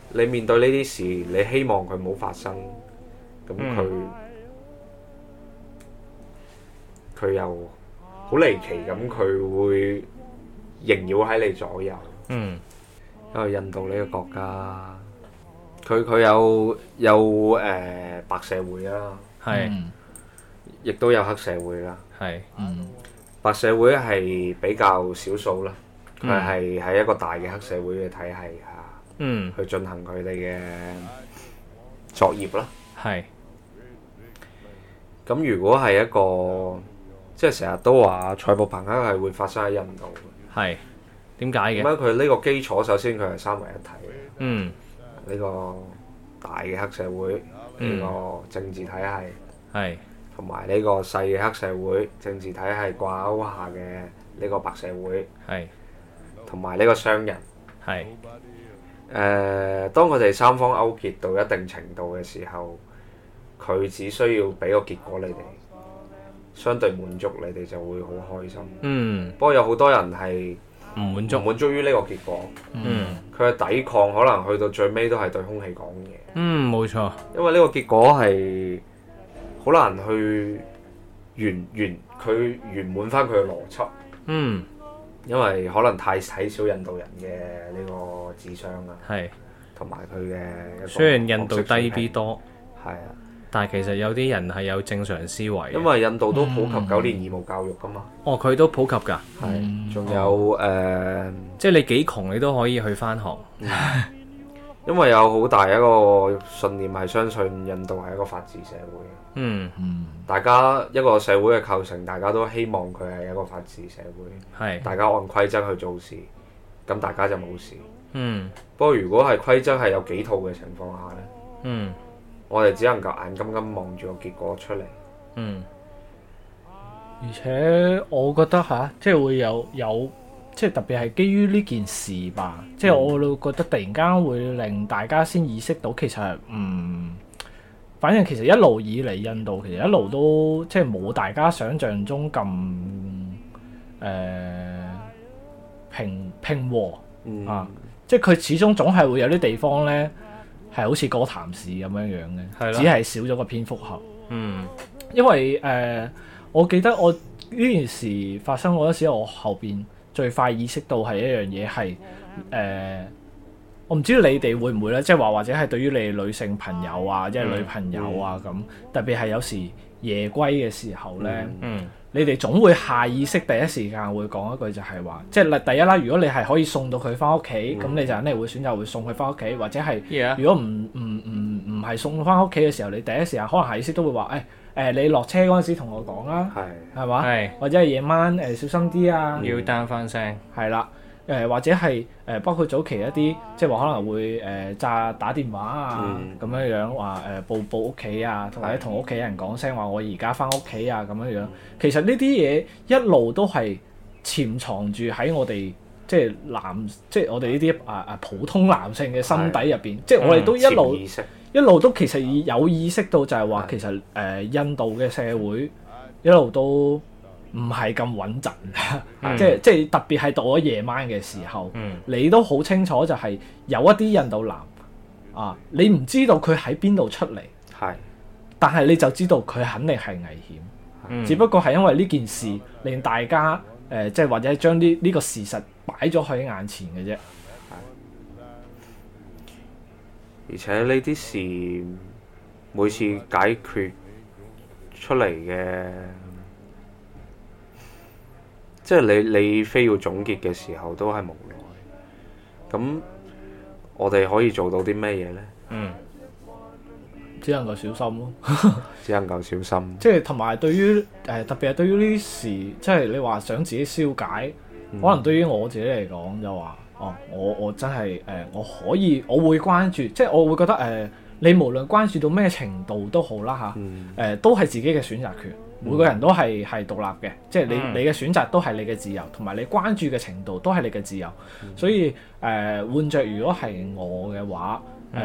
D: 你面對呢啲事，你希望佢冇發生，咁佢佢又好離奇咁，佢會縈繞喺你左右。
B: 嗯
D: 因為哦印度呢個國家，佢佢有有誒、呃白社會啦，
B: 係
C: 嗯
D: 亦都有黑社會啦。
B: 係
C: 嗯
D: 白社會係比較少數啦，佢
B: 嗯
D: 係喺一個大嘅黑社會嘅體系啊下。
B: 嗯
D: 去進行佢哋嘅作業啦。
B: 係
D: 咁如果係一個即係成日都話賽博朋克係會發生喺印度嘅，
B: 係點解嘅？
D: 咁樣佢呢個基礎首先佢係三為一體嘅，
B: 嗯
D: 呢、個大嘅黑社會，呢、
B: 嗯
D: 個政治體系，
B: 係
D: 同埋呢個細嘅黑社會、政治體系掛鈎下嘅呢個白社會，
B: 係
D: 同埋呢個商人。
B: 係
D: 誒、當佢哋三方勾結到一定程度嘅時候，佢只需要俾個結果你哋，相對滿足你哋就會好開心。
B: 嗯
D: 不過有好多人係
B: 唔滿
D: 唔
B: 足
D: 滿足於呢個結果，
B: 嗯
D: 佢嘅抵抗可能去到最尾都係對空氣講嘢，
B: 嗯冇錯
D: 因為呢個結果係好難去完完佢圓滿翻佢嘅邏輯，
B: 嗯
D: 因為可能太睇小印度人嘅呢個智商啊，
B: 係。
D: 同埋佢嘅一個
B: 雖然印度
D: 學
B: 低
D: 識水平
B: B 多，
D: 係啊。
B: 但係其實有啲人係有正常思
C: 啊
B: 維嘅。
D: 因為印度都普及九年義務教育噶嘛，
C: 嗯
B: 哦，佢都普及㗎，
D: 係仲有誒，
B: 即係你幾窮你都可以去翻學。
D: 因為有好大一個信念係相信印度係一個法治社會，
B: 嗯，
C: 嗯
D: 大家一個社會嘅構成，大家都希望佢係一個法治社會，
B: 係，
D: 大家按規則去做事，咁大家就冇事。
B: 嗯
D: 不過如果係規則係有幾套嘅情況下呢，
B: 嗯
D: 我哋只能夠眼金金望住個結果出嚟。
B: 嗯
C: 而且我覺得吓，即係會有有，即係特別係基於呢件事吧，即係我會覺得突然間會令大家先意識到其實嗯，反正其實一路以嚟印度其實一路都即係冇大家想象中咁誒、呃平平和。
D: 嗯，
C: 啊，即係佢始終總係會有啲地方咧係好似歌譚市咁樣樣
B: 係
C: 嘅，
B: 啦
C: 只係少咗個蝙蝠俠。
B: 嗯
C: 因為誒、呃我記得我呢件事發生嗰陣時，我後邊最快意識到係一樣嘢係誒，我唔知道你哋會唔會咧，即係話或者係對於你女性朋友啊，即係女朋友啊咁，特別係有時夜歸嘅時候咧。
D: 嗯
B: 嗯
C: 你哋總會下意識第一時間會講一句就係話，即係第一啦。如果你係可以送到佢翻屋企，咁、你就肯定會選擇會送佢翻屋企，或者係
B: Yeah
C: 如果唔唔唔唔係送翻屋企嘅時候，你第一時間可能下意識都會話，誒、誒你落車嗰陣時同我講啦，
D: 係
C: 係嘛？
B: 係
C: 或者係夜晚誒、小心啲啊，
B: 啊要單翻聲，
C: 係啦。誒、或者係誒、包括早期一啲即係話可能會誒、炸打電話啊
D: 嗯
C: 咁樣樣話誒報報屋企啊，或者同屋企人講聲話我而家翻屋企啊咁樣樣。其實呢啲嘢一路都係潛藏住喺我哋即係男即係我哋呢啲啊啊普通男性嘅心底入邊，即係我哋都一路
D: 潛意識
C: 一路都其實已有意識到就係話
D: 係
C: 其實誒、印度嘅社會一路都唔係咁穩陣，
B: 嗯
C: 即係即係特別係到咗夜晚嘅時候，
B: 嗯
C: 你都好清楚就係有一啲印度男啊，你唔知道佢喺邊度出嚟，
D: 係
C: 但係你就知道佢肯定係危險。
B: 嗯
C: 只不過係因為呢件事令大家誒、呃即係或者將呢呢個事實擺咗喺眼前嘅啫。
D: 而且呢啲事每次解決出嚟嘅，即係你你非要總結嘅時候都係無奈。咁我哋可以做到啲咩嘢呢？
B: 嗯，
C: 只能夠小心咯。
D: 只能夠小心。
C: 即係同埋對於誒、呃特別係對於呢啲事，即係你話想自己消解，可能對於我自己嚟講就話，哦，我我真係誒、呃我可以，我會關注，即係我會覺得誒、呃你無論關注到咩程度都好啦嚇，誒、都係自己嘅選擇權。每個人都係係獨立嘅，即係你
B: 嗯
C: 你嘅選擇都係你嘅自由，同埋你關注嘅程度都係你嘅自由。所以誒、呃、換着如果係我嘅話，誒、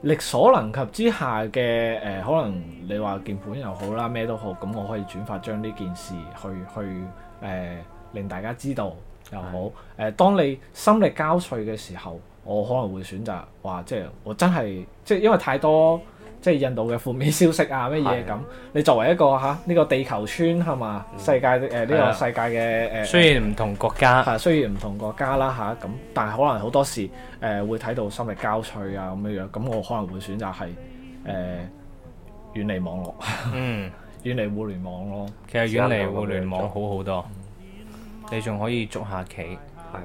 C: 力所能及之下嘅誒、呃可能你話鍵盤又好啦，咩都好，咁我可以轉發將呢件事去去誒、呃令大家知道又好。誒、當你心力交瘁嘅時候，我可能會選擇話，即係我真係即係因為太多即係印度嘅負面消息啊咩嘢
D: 係
C: 咁，你作為一個嚇呢、個地球村係嘛，世界呃誒呢、
B: 嗯係
C: 個
B: 啊
C: 世界嘅誒。呃
B: 雖然唔同國家，
C: 係啊雖然唔同國家啦吓，咁、但係可能好多時誒、呃、會睇到心力交瘁啊咁樣樣，咁我可能會選擇係誒遠離網絡，
B: 嗯，
C: 遠離互聯網咯。
B: 其實遠離互聯網好好多，你仲可以捉下棋、
D: 係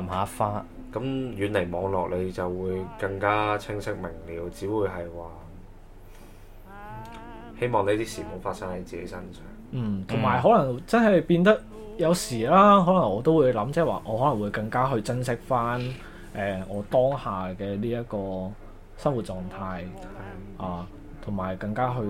B: 淋下花，
D: 咁遠離網絡，你就會更加清晰明了，只會係話希望呢啲事冇發生喺自己身上。
C: 嗯，同埋可能真係變得有時啦，可能我都會諗，即係話我可能會更加去珍惜翻誒、呃我當下嘅呢一個生活狀態啊，同埋更加去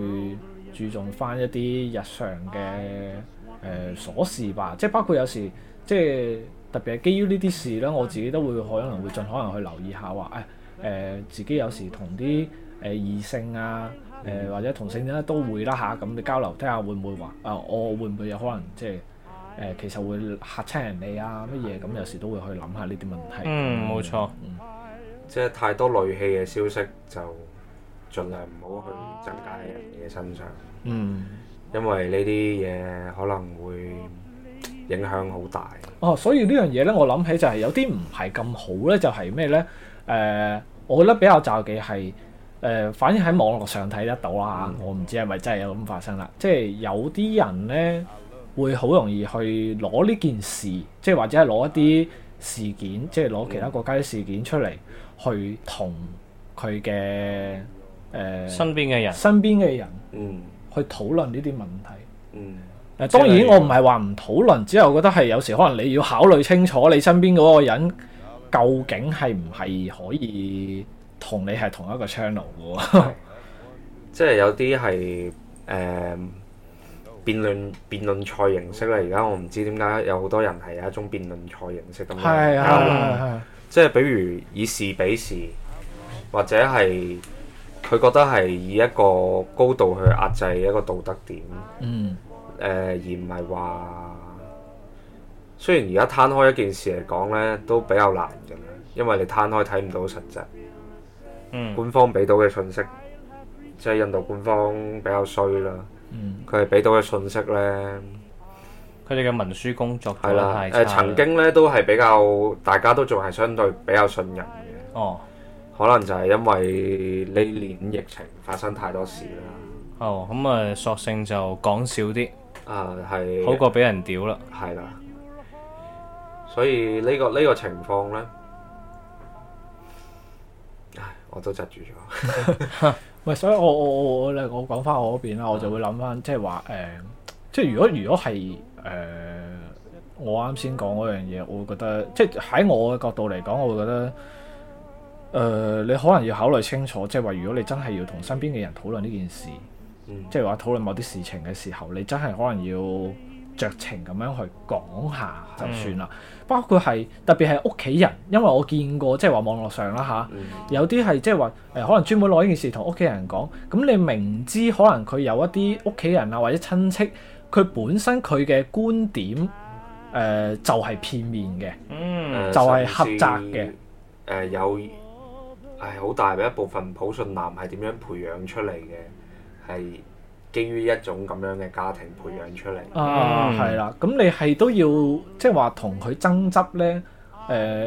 C: 注重翻一啲日常嘅誒、呃、瑣事吧，即係包括有時即係特別係基於呢啲事啦，我自己都會可能會盡可能去留意下話誒誒自己有時同啲誒異性啊。誒、或者同性戀都會啦吓，咁、你交流睇下會唔會話啊，我會唔會有可能即係誒、呃其實會嚇親人哋啊乜嘢咁，有時都會去諗下呢啲問題。
B: 嗯，冇錯，
D: 即係太多戾氣嘅消息，就盡量唔好
C: 哦
D: 去增加喺人嘅身上，
C: 嗯，
D: 因為呢啲嘢可能會影響好大。
C: 哦，所以呢樣嘢咧，我諗起就係有啲唔係咁好咧，就係咩咧？誒、我覺得比較詐忌係誒，反而喺網絡上睇得到啦、我唔知係咪真係有咁發生啦。即係有啲人咧會好容易去攞呢件事，即係或者係攞一啲事件，即係攞其他國家啲事件出嚟去同佢嘅誒
B: 身邊嘅人，
C: 身邊嘅人
D: 嗯
C: 去討論呢啲問題。
D: 嗯，
C: 誒啊當
B: 即
C: 然
B: 係
C: 我唔係話唔討論，只係我覺得係有時可能你要考慮清楚你身邊嗰個人究竟係唔係可以同你係同一個 channel 嘅喎。
D: 即係有啲係誒辯論辯論賽形式啦。而家我唔知點解有好多人係有一種辯論賽形式咁樣
C: 係係
D: 交流
C: 係係
D: 即係比如以事比事，或者係佢覺得係以一個高度去壓制一個道德點，誒、
C: 嗯
D: 呃而唔係話。雖然而家攤開一件事嚟講呢，都比較難嘅，因為你攤開睇唔到實質。
B: 嗯
D: 官方俾到嘅信息，即係印度官方比較衰啦。
C: 嗯
D: 佢哋俾到嘅信息呢，
B: 佢哋嘅文書工作做得
D: 係啦
B: 太，差
D: 誒
B: 啦
D: 曾經呢都係比較大家都仲係相對比較信任嘅。
B: 哦
D: 可能就係因為呢年疫情發生太多事啦，
B: 哦，咁啊，索性就講少啲，
D: 啊係
B: 好過俾人屌啦。
D: 係啦，所以呢、個呢、個情況呢，唉，我都窒住咗，
C: 喂，所以我我我我咧，我講翻我嗰邊啦，我就會諗翻即係話誒，即係如果如果係誒、我啱先講嗰樣嘢，我會覺得即係喺我嘅角度嚟講，我會覺得誒、你可能要考慮清楚，即係話如果你真係要同身邊嘅人討論呢件事，
D: 嗯
C: 即係話討論某啲事情嘅時候，你真係可能要酌情咁樣去講下就算啦。包括係特別係屋企人，因為我見過即係話網絡上啦吓。
D: 嗯
C: 有啲係即係話誒，可能專門攞呢件事同屋企人講。咁你明知可能佢有一啲屋企人啊或者親戚，佢本身佢嘅觀點誒、呃就係、片面嘅。
B: 嗯
D: 誒
C: 就係
D: 呃甚至
C: 狹窄嘅
D: 誒有唉好大嘅一部分普信男係點樣培養出嚟嘅，係基於一種咁樣嘅家庭培養出嚟，
C: 啊，
B: 嗯
C: 係啦，咁你係都要即係話同佢爭執咧，誒、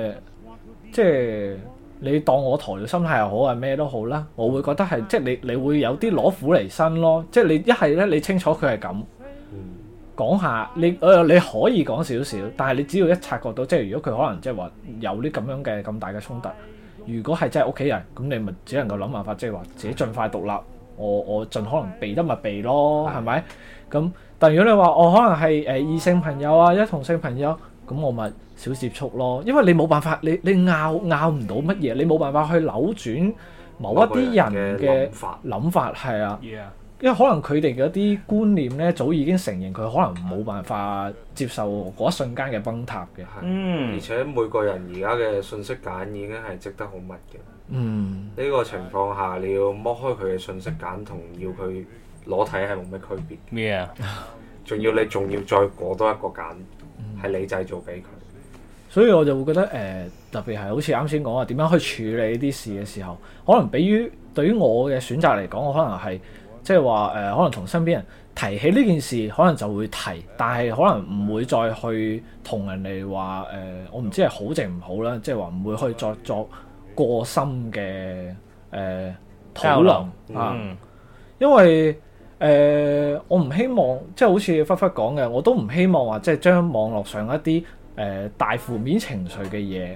C: 即係你當我鴕鳥心態又好係咩都好啦，我會覺得係即係你你會有啲攞苦嚟辛咯，即係你一係咧你清楚佢係咁，
D: 嗯
C: 講下你誒、呃你可以講少少，但係你只要一察覺到，即係如果佢可能即係話有啲咁樣嘅咁大嘅衝突，如果係真係屋企人，咁你咪只能夠諗辦法，即係話自己盡快獨立。我我盡可能避得咪避咯，係咪？咁但如果你話我可能係誒、呃、異性朋友啊，一同性朋友，咁我咪少接觸咯，因為你冇辦法，你你拗拗唔到乜嘢，你冇辦法去扭轉某一啲人嘅
D: 諗法，
C: 諗法係啊。
B: Yeah
C: 因為可能佢哋嗰啲觀念咧，早已經承認佢可能冇辦法接受嗰一瞬間嘅崩塌嘅。
D: 係而
B: 嗯，
D: 且每個人而家嘅信息揀已經係積得好密嘅。
C: 嗯，
D: 呢個情況下，你要剝開佢嘅信息揀，同要佢裸體係冇咩區別。
B: 咩啊？
D: 仲要你仲要再過多一個揀，係你製造俾佢。
C: 所以我就會覺得誒、呃特別係好似啱先講話點樣去處理呢啲事嘅時候，可能比於對於我嘅選擇嚟講，我可能係即係話呃誒，可能同身邊人提起呢件事，可能就會提，但係可能唔會再去同人哋話誒，我唔知係好定唔好啦，即係話唔會去再作過深嘅誒、呃、
B: 交
C: 討
B: 流
C: 論啊。
B: 嗯
C: 因為誒、呃我唔希望即係好似忽忽講嘅，我都唔希望話即係將網絡上一啲誒、呃大負面情緒嘅嘢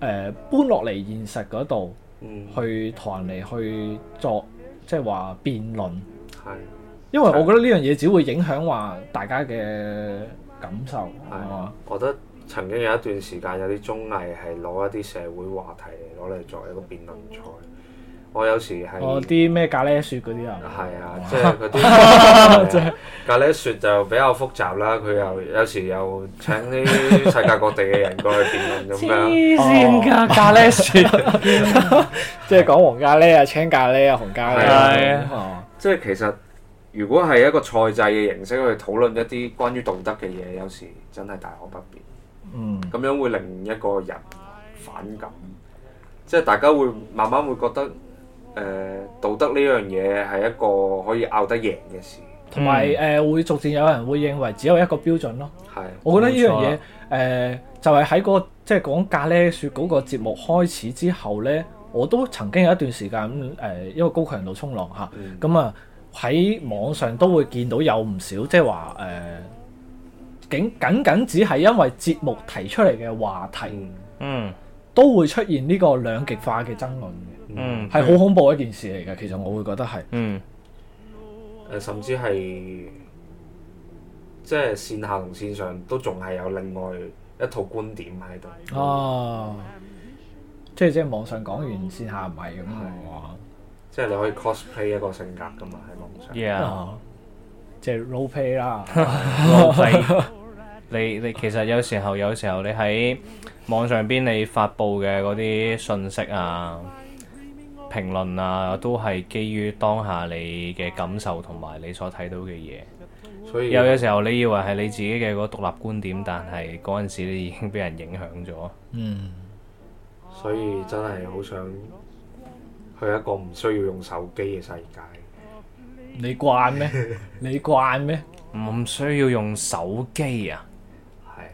C: 誒搬落嚟現實嗰度
D: 嗯，
C: 去同人哋去作即係話辯論，
D: 係
C: 因為我覺得呢樣嘢只會影響話大家嘅感受係
D: 係
C: 嘛，。
D: 我覺得曾經有一段時間有啲綜藝係攞一啲社會話題嚟攞嚟作為一個辯論賽。我有時係
C: 我哦啲咩咖喱雪嗰啲啊，
D: 係啊，即係嗰啲咖喱雪就比較複雜啦。佢又有時又請啲世界各地嘅人過去辯論咁樣。
C: 線㗎
B: 咖喱 雪，
C: 即係講黃咖喱啊、青咖喱啊、紅咖喱
B: 係
C: 啊，係嘛
D: 即係其實如果係一個賽制嘅形式去討論一啲關於道德嘅嘢，有時真係大可不必。
C: 嗯
D: 咁樣會令一個人反感，即係大家會慢慢會覺得誒、呃道德呢樣嘢係一個可以拗得贏嘅事，
C: 同埋
D: 嗯
C: 誒會逐漸有人會認為只有一個標準咯。
D: 係
C: 我覺得呢
B: 冇錯啦
C: 樣嘢誒就係喺嗰個即係講咖喱雪嗰個節目開始之後咧，我都曾經有一段時間咁誒，因為高強度衝浪嚇，
D: 嗯
C: 咁啊喺網上都會見到有唔少即係話誒，僅僅僅只係因為節目提出嚟嘅話題，
D: 嗯
B: 嗯
C: 都會出現呢個兩極化嘅爭論嘅，
B: 嗯，
C: 係好恐怖嘅一件事嚟嘅。其實我會覺得係。
B: 嗯
D: 誒呃甚至係即係線下同線上都仲係有另外一套觀點喺度。
B: 嗯
C: 哦，即係即係網上講完線下唔係咁嘅
D: 即係你可以 cosplay 一個性格噶嘛喺網上，
C: 話，
B: ，yeah。
C: 啊，即係 role play 啦，
B: 浪費。 你你其實有時候有時候你喺網上邊你發布嘅嗰啲信息啊、評論啊，都係基於當下你嘅感受同埋你所睇到嘅嘢。
D: 所以
B: 有嘅時候你以為係你自己嘅嗰獨立觀點，但係嗰陣時你已經俾人影響咗。
C: 嗯，
D: 所以真係好想去一個唔需要用手機嘅世界。
C: 你慣咩？ 你慣咩？
B: 唔需要用手機啊，
D: 係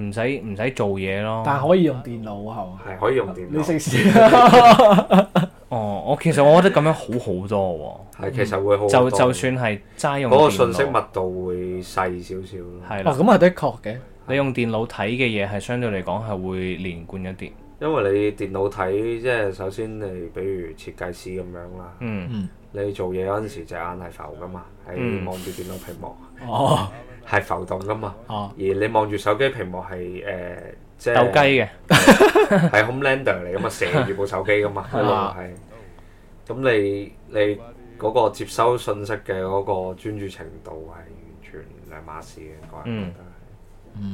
B: 唔使唔使做嘢咯。
C: 但係可以用電腦係嘛？
D: 係可以用電
C: 你
D: 腦，
C: 食屎啊！
B: 哦，我其實我覺得咁樣好好多喎、
D: 係其實會好
B: 就
D: 好多
B: 就算係齋用
D: 嗰個
B: 電
D: 信息
B: 腦
D: 密度會細少少咯。
B: 係啦
C: 哦，。咁啊的確嘅，
B: 你用電腦睇嘅嘢係相對嚟講係會連貫一啲。
D: 因為你電腦睇，即係首先你比如設計師咁樣啦，
B: 嗯，
C: 嗯，
D: 你做嘢嗰陣時隻眼係浮噶嘛，係
B: 嗯
D: 望住電腦屏幕
C: 哦，
D: 係浮動噶嘛，
C: 哦
D: 而，你望住手機屏幕係誒即
B: 鬥雞
D: 係
B: 嘅，
D: 係 Homelander 嚟噶嘛，射住部手機噶 嘛，一路
C: 啊
D: 係。咁你你嗰個接收信息嘅嗰個專注程度係完全兩碼事嘅，個人覺
B: 嗯
D: 得係。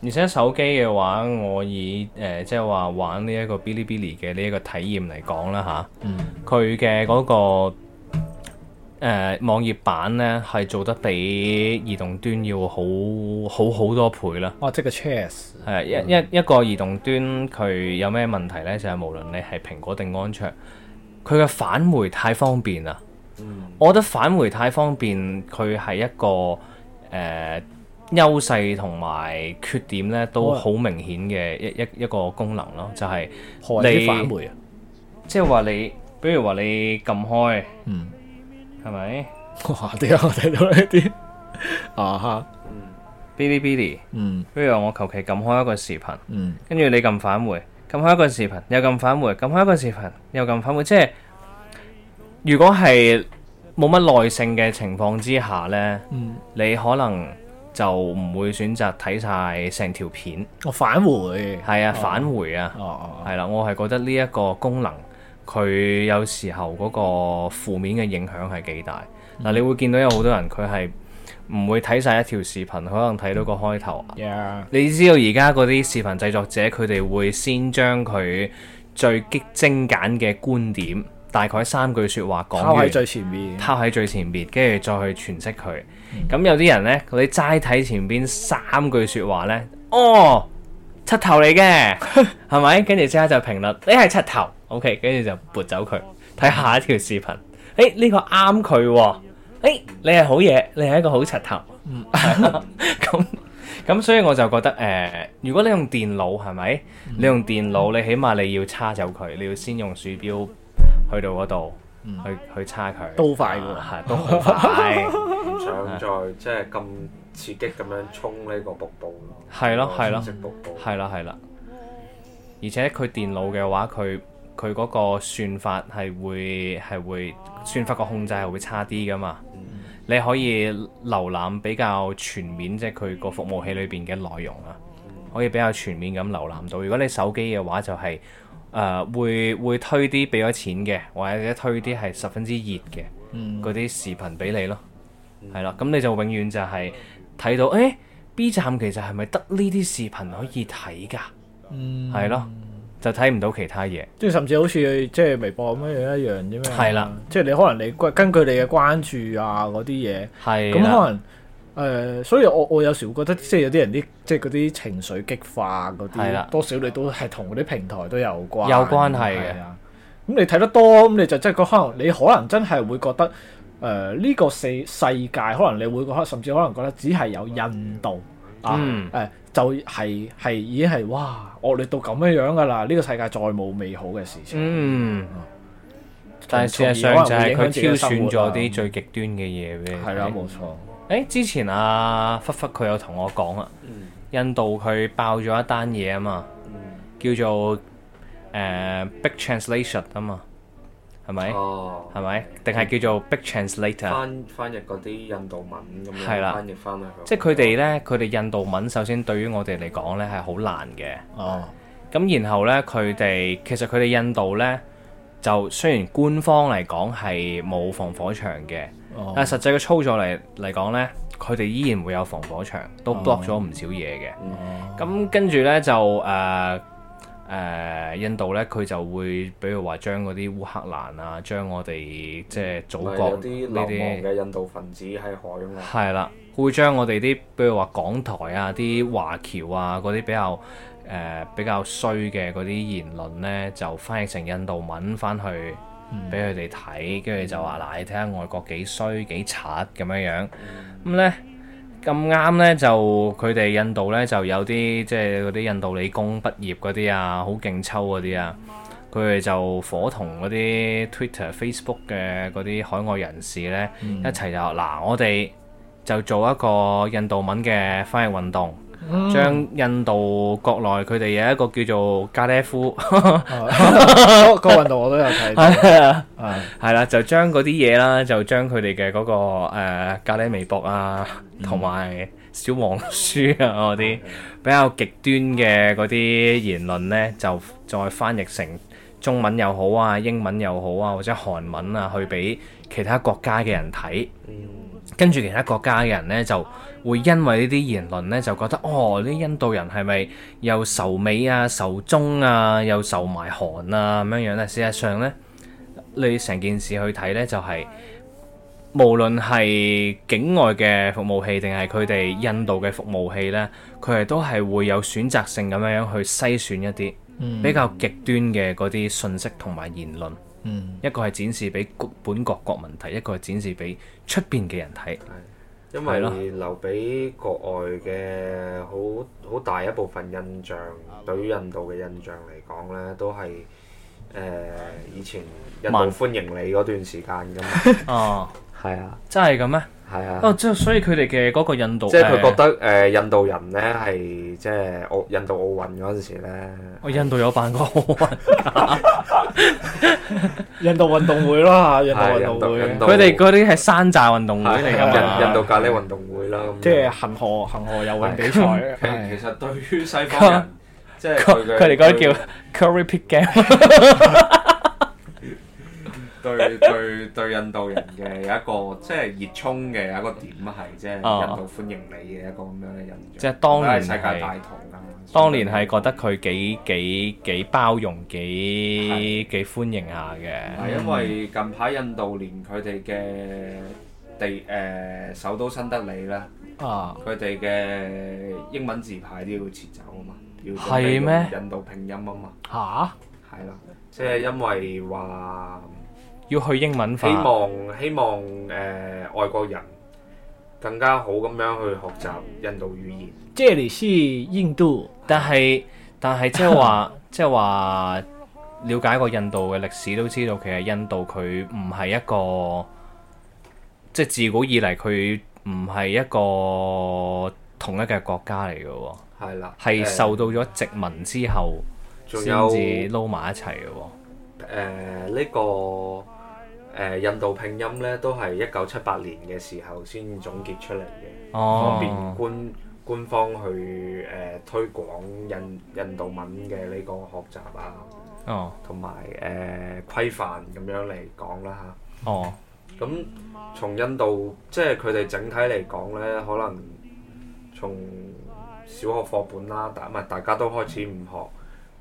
B: 而且手機嘅話，我以誒、呃即係話玩呢一個 Bilibili 嘅呢一個體驗嚟講啦吓，
C: 嗯
B: 佢嘅嗰個誒、呃、網頁版呢，係做得比移動端要好好好多倍啦。
C: 哦，即係個 chess，
B: 係啊一一一個移動端佢有咩問題呢？就係、無論你係蘋果定安卓，佢嘅返回太方便啦。我覺得返回太方便，佢係一個誒、呃、優勢同埋缺點呢都好明顯嘅一一一個功能咯，就係、
C: 何謂
B: 你
C: 啲反回啊？
B: 即係話你，比如話你撳開，
C: 嗯，
B: 係咪？
C: 哇！點解我睇到呢啲啊哈？
B: ，Bilibili，
C: 嗯
B: 不如我求其撳開一個視頻，
C: 嗯，
B: 跟住你撳返回，撳開一個視頻，又撳返回，撳開一個視頻，又撳返回，即係如果係冇乜耐性嘅情況之下呢，
C: 嗯
B: 你可能就唔會選擇睇晒成條片，
C: 我返回
B: 係啊，返回啊。
C: 哦哦哦
B: 係啦，我係覺得呢一個功能佢有時候嗰個負面嘅影響係幾大。
C: 嗯
B: 嗱、你會見到有好多人佢係唔會睇晒一條視頻，可能睇到個開頭。啊
C: ，yeah，
B: 你知道而家嗰啲視頻製作者佢哋會先將佢最激精簡嘅觀點，大概三句説話講
C: 拋
B: 完
C: 喺。最前面，
B: 拋喺最前面，跟住再去詮釋佢。
C: 嗯
B: 咁、有啲人呢，你齋睇前邊三句説話呢，哦，柒頭嚟嘅， 係咪？跟住即刻就評論，你係柒頭，OK，跟住就撥走佢，睇下一條視頻。誒、呢、個啱佢喎，誒哎你係好嘢，你係一個好柒頭。嗯 咁咁，所以我就覺得誒、呃如果你用電腦係咪？
C: 嗯
B: 你用電腦，你起碼你要叉走佢，你要先用鼠標去到嗰度。去去叉佢
C: 都嗯快㗎喎
B: 啊係都好 快，
D: 唔想再即係咁刺激咁樣衝呢個瀑布咯。
B: 係咯係咯
D: 紅色瀑布。
B: 係啦係啦。而且佢電腦嘅話，佢佢嗰個算法係會係會算法個控制係會差啲噶嘛。你可以瀏覽比較全面，即係佢個服務器裏邊嘅內容啊，可以比較全面咁瀏覽到。如果你手機嘅話，就係、誒、會會推啲俾咗錢嘅，或者推啲係十分之熱嘅嗰啲視頻俾你咯，係啦、咁你就永遠就係睇到誒、欸 B 站其實係咪得呢啲視頻可以睇㗎？
C: 嗯，
B: 係咯，就睇唔到其他嘢。
C: 即係甚至好似即係微博咁樣樣一樣啫咩？
B: 係啦，
C: 即係你可能你關根據你嘅關注啊嗰啲嘢。
B: 係
C: 咁
B: 啦
C: 可能誒、呃所以我我有時會覺得，即係有啲人啲即係嗰啲情緒激化嗰
B: 係啦
C: 啲，多少你都係同嗰啲平台都有關
B: 有關係嘅
C: 係啊咁你睇得多，咁你就即係個可能，你可能真係會覺得誒呢、個世世界，可能你會覺得甚至可能覺得只係有印度啊誒、
B: 嗯
C: 就係係已經係哇惡劣到咁樣樣噶啦！呢、個世界再冇美好嘅事情。
B: 嗯，但係事實
C: 從從而
B: 上就
C: 可能會
B: 係
C: 影響
B: 佢
C: 自
B: 挑
C: 己生活
B: 選咗
C: 啊
B: 啲最極端嘅嘢俾你睇。
C: 係啦，冇嗯錯。
B: 誒，之前阿忽忽佢有同我講啊，印度佢爆咗一單嘢啊嘛，
C: 嗯
B: 叫做誒、呃 Big Translation 啊嘛，係咪？
D: 哦，
B: 係咪？定係叫做 Big Translator？
D: 翻翻譯嗰啲印度文咁樣
B: 係啦
D: 翻譯啊翻去。
B: 即係佢哋呢，佢哋印度文首先對於我哋嚟講呢係好難嘅。
C: 哦，
B: 咁然後呢，佢哋其實佢哋印度呢，就雖然官方嚟講係冇防火牆嘅，
C: 哦
B: 但係實際嘅操作嚟嚟講呢，佢哋依然會有防火牆，都
D: 哦
B: block 咗唔少嘢嘅。咁、跟住呢，就誒誒、呃印度呢，佢就會比如話將嗰啲烏克蘭啊，將我哋即係祖
D: 咪
B: 國
D: 有啲流
B: 呢
D: 亡
B: 啲。
D: 嘅印度分子喺海啊外。
B: 係啦，會將我哋啲，比如話港台啊、啲華僑啊嗰啲比較誒、呃比較衰嘅嗰啲言論呢，就翻譯成印度文翻去俾佢哋睇，跟住就話嗱，你睇下外國幾衰幾柒咁樣樣，咁呢。咁啱呢，就佢哋印度呢，就有啲即係嗰啲印度理工畢業嗰啲啊，好勁抽嗰啲啊，佢哋就伙同嗰啲 Twitter、Facebook 嘅嗰啲海外人士呢，一齊就嗱，我哋就做一個印度文嘅翻譯運動，將印度國內佢哋有一個叫做加爹夫，
C: 嗰個運動我都有睇到。啊
B: 係啦，就將嗰啲嘢啦，就將佢哋嘅嗰個誒咖喱微博啊，同埋小黃書啊嗰啲比較極端嘅嗰啲言論呢，就再翻譯成中文又好啊，英文又好啊，或者韓文啊，去俾其他國家嘅人睇。跟住其他國家嘅人呢，就會因為呢啲言論呢，就覺得哦，啲印度人係咪又仇美啊、仇中啊、又仇埋韓啊咁樣樣呢？事實上呢，你成件事去睇呢，就係、無論係境外嘅服務器定係佢哋印度嘅服務器呢，佢哋都係會有選擇性咁樣樣去篩選一啲
D: 嗯
B: 比較極端嘅嗰啲信息同埋言論。
C: 嗯
B: 一個係展示俾本國國民睇，一個係展示俾出邊嘅人睇。
D: 因
B: 係咯
D: 為留俾國外嘅好好大一部分印象，
B: 啊
D: 對於印度嘅印象嚟講呢，都係誒、呃以前印度
B: 慢
D: 歡迎你嗰段時間㗎嘛，
B: 哦，
D: 係啊，
B: 真係咁咩？
D: 係啊。
B: 哦，即係所以佢哋嘅嗰個印度，
D: 即係佢覺
B: 誒，
D: 得誒、呃印度人咧係即係奧印度奧運嗰陣時咧，
B: 我哦印度有辦 過啊奧運，
C: 印度運動會啦，印度
D: 係
C: 運動
D: 印
C: 會
D: 度，
B: 佢哋嗰啲係山寨運動會
D: 係
B: 嚟㗎嘛
D: 印印度咖喱運動會啦，咁
C: 即係恒河恒河游泳比賽，
D: 樣
C: 係
D: 其實對於 西方人，即係
B: 佢
D: 嘅
B: 佢哋嗰啲叫 Curry Pig Game，
D: 對對對印度人嘅有一個即係熱衷嘅有一個點係即係
B: 哦
D: 印度歡迎你嘅一個咁樣嘅印象。
B: 即係當年
D: 世界
B: 係
D: 大同啊！
B: 當年係覺得佢幾幾幾包容，幾幾歡迎下嘅。
D: 係因為近排印度連佢哋嘅地誒、呃首都新德里啦。
C: 啊，
D: 佢哋嘅英文字牌都要撤走啊嘛，要準備
B: 係咩
D: 用印度拼音啊嘛，
C: 吓
D: 係啦，即係因為話
B: 要去英文
D: 希
B: 化，
D: 望希望誒、呃外國人更加好咁樣去學習印度語言，
C: 這里是印度，
B: 但係但係即係話 即係話了解過印度嘅歷史都知道，其實印度佢唔係一個即係自古以嚟佢唔係一個統一嘅國家嚟嘅喎，
D: 係啦，
B: 係
D: 誒
B: 受到咗殖民之後
D: 仲
B: 先
D: 有
B: 至撈埋一齊嘅喎。
D: 誒呢個誒、呃印度拼音咧，都係一九七八年嘅時候先總結出嚟嘅，方便
B: 哦，
D: 官官方去誒、呃推廣印印度文嘅呢個學習啊。
B: 哦，
D: 同埋呃誒規範咁樣嚟講啦
B: 哦，
D: 嚇。咁從印度即係佢哋整體嚟講呢，可能從小學課本啦，大唔係大家都開始唔學誒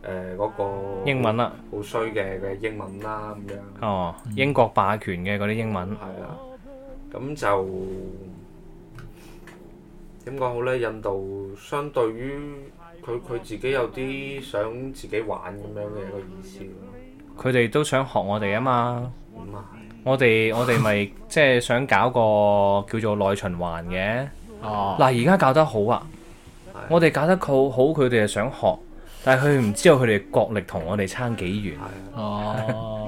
D: 呃嗰、個
B: 英文啦，
D: 好衰嘅嘅英文啦咁樣，
B: 哦，英國霸權嘅嗰啲英文，
D: 係啦。咁就點講好呢？印度相對於佢佢自己有啲想自己玩咁樣嘅一個意思咯，
B: 佢哋都想學我哋啊嘛。
D: 咁啊係。
B: 我哋我哋咪即係想搞個叫做內循環嘅。
C: 哦，
B: 嗱，而家搞得好啊
D: 係！
B: 我哋搞得好好，佢哋係想學，但係佢唔知道佢哋國力同我哋差幾遠。
D: 佢
C: 哦，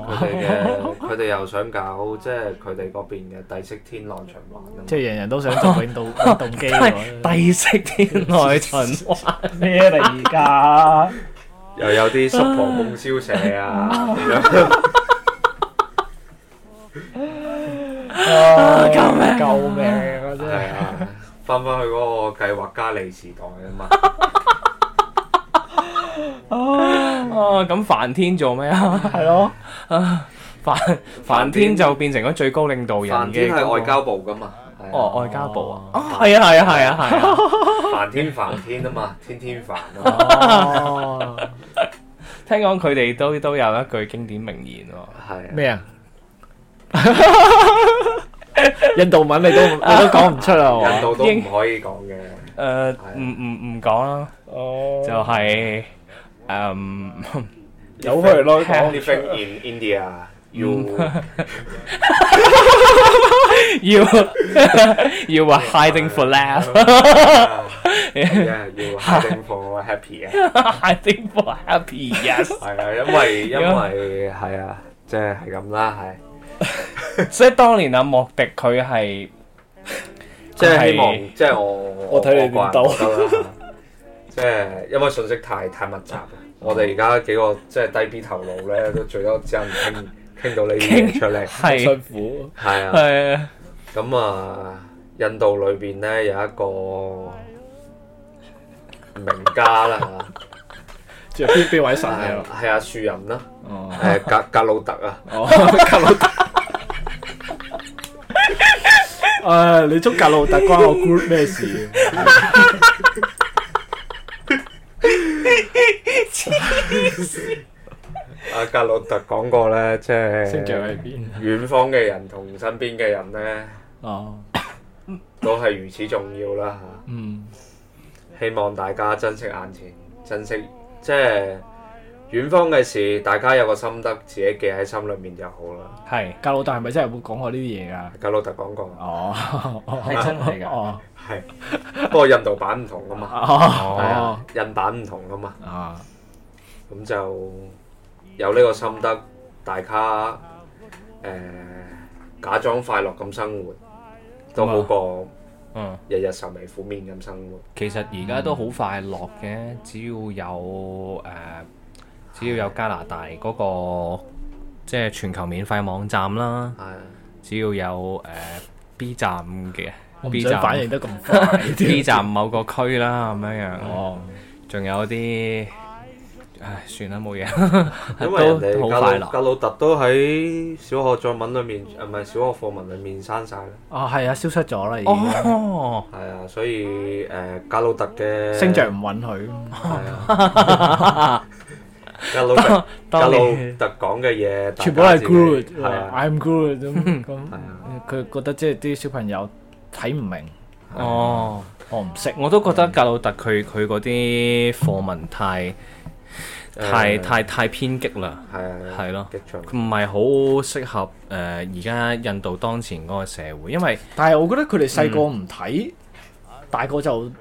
D: 哋 嘅佢哋又想搞，即係佢哋嗰邊嘅地式天內循環啊咁。
C: 即係人人都想做永動永動機
B: 係
C: 喎，
B: 帝釋天內循環，
C: 咩嚟㗎？
D: 又有啲濕婆供銷社啊， 咁樣
C: 啊救命！救命啊！真係
D: 係啊，翻返去嗰個計劃加利時代啊 嘛，
B: 哦，咁梵天做咩啊？
C: 係咯，
B: 梵梵天就變成咗最高領導人
D: 梵
B: 嘅
D: 天
B: 嗰
D: 係
B: 個
D: 外交部噶嘛，係啊
B: 哦，外交部啊，啊係啊係啊係啊係啊，
D: 梵天梵天啊嘛，天天梵啊嘛，
C: 哦，
B: 聽講佢哋都都有一句經典名言喎，
D: 係啊
C: 咩啊？ 印度文你都你都講唔出啊！係
D: 印
C: 嘛
D: 度都唔可以講
B: 誒
D: 嘅，
B: 呃
C: 啊
B: 唔唔唔講啦。
C: 哦
B: 就係、嗯
C: 由佢咯講
D: Living in India。要
C: 嗯
B: 要 要話
C: 啊
B: hiding for
D: yeah，要啊 hiding for happy 啊！
B: laugh，hiding for happy yes。
D: 係啊，因為因為係啊，即係係咁啦，係。
B: 所以當年阿莫迪佢係
D: 即係希望
B: 係，
D: 即係我
C: 我睇你點鬥
D: 我個人覺得啦即係因為信息太太密集，啊我哋而家幾個即係低 B 頭腦咧，都最多只能傾傾到呢啲嘢出嚟。
B: 係
C: 辛苦
D: 係啊，
B: 誒
D: 咁啊，印度裏邊咧有一個名家啦，
C: 仲有邊邊位神嚟
D: 係
C: 啊？
D: 係啊，樹人啦，
C: 哦
D: 誒格格魯特 啊，
C: 哦，格魯特。誒，你捉格魯特關我 group 咩事？
D: 阿格魯特講過咧，即
C: 星象喺
D: 係
C: 邊？
D: 遠方嘅人同身邊嘅人咧，
C: 哦，
D: 都係如此重要啦嚇。
C: 嗯，
D: 希望大家珍惜眼前，珍惜即係遠方嘅事，大家有個心得，自己記喺心裏面就好啦。
B: 係
C: 格魯特係咪真係會講我呢啲嘢㗎？
D: 格魯特講過，
C: 哦，
B: 係真係㗎
C: 哦，
D: 係不過印度版唔同噶嘛，係
C: 哦
D: 啊，，印版唔同噶嘛，
C: 啊，
D: 咁就有呢個心得，大家誒、呃假裝快樂咁生活，都好過
B: 嗯，
D: 日日愁眉苦面咁生活。
B: 其實而家都好快樂嘅，只要有誒、呃只要有加拿大嗰、個即係全球免費網站啦，
D: 係啊，
B: 只要有誒、呃 B 站嘅
C: 我唔
B: B
C: 想
B: 站
C: 反應得咁快。
B: B 站某個區啦咁樣樣。
C: 哦，
B: 仲有啲，唉，算啦，冇嘢，
D: 因為人
B: 都
D: 哋
B: 好
D: 格
B: 快
D: 魯格
B: 樂。
D: 魯特都喺小學作文裏面，啊唔係小學課文裏面刪晒啦。
C: 啊係啊，消失咗啦已經，
B: 哦，
D: 係啊，所以誒格魯特嘅
C: 星象唔 允許。
D: 係 啊，格魯特格
B: 當
D: 魯
B: 年
D: 特講嘅嘢，
C: 全部都係
D: 大家自
C: good，
D: 己係啊，
C: I'm good 咁咁
D: 啊，
C: 佢覺得即係啲小朋友睇唔明，
B: 哦，
C: 我唔識，
B: 我都覺得格魯特佢佢嗰啲課文太太
D: 誒
B: 太太偏激啦，
D: 係啊，
B: 係咯，
D: 激進
B: 佢唔係好適合誒而家印度當前嗰個社會，因為
C: 但係我覺得佢哋細個唔
B: 嗯
C: 睇，大個就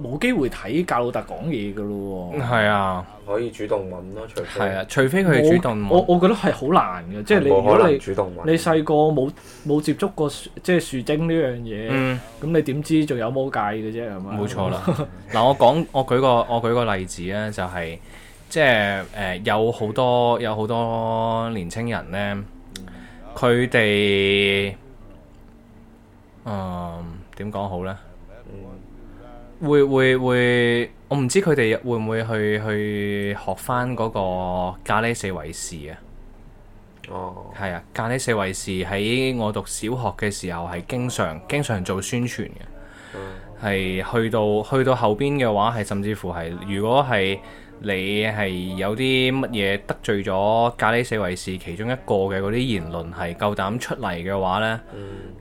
C: 冇機會睇教老特講嘢噶咯喎。
B: 係啊
D: 可以主動揾咯，除非
B: 係啊，，除非佢主動
C: 我我我覺得係好難嘅，即係你如
D: 冇可
C: 果
D: 能
C: 你
D: 主動揾，
C: 你細個冇冇接觸過樹即係樹精呢樣嘢，咁、
B: 嗯。
C: 你點知仲有冇界嘅啫係嘛？
B: 冇錯啦。嗱，我講我舉個我舉個例子咧，就係、即係誒、呃有好多有好多年青人咧，佢哋嗯點講好咧？會會會，我唔知佢哋會唔會去去學翻嗰個咖喱四維士啊？
D: 哦，
B: 係啊，咖喱四維士喺我讀小學嘅時候係經常經常做宣傳嘅。係去到去到後邊嘅話，係甚至乎係，如果係你係有啲乜嘢得罪咗咖喱四維士其中一個嘅嗰啲言論係夠膽出嚟嘅話呢，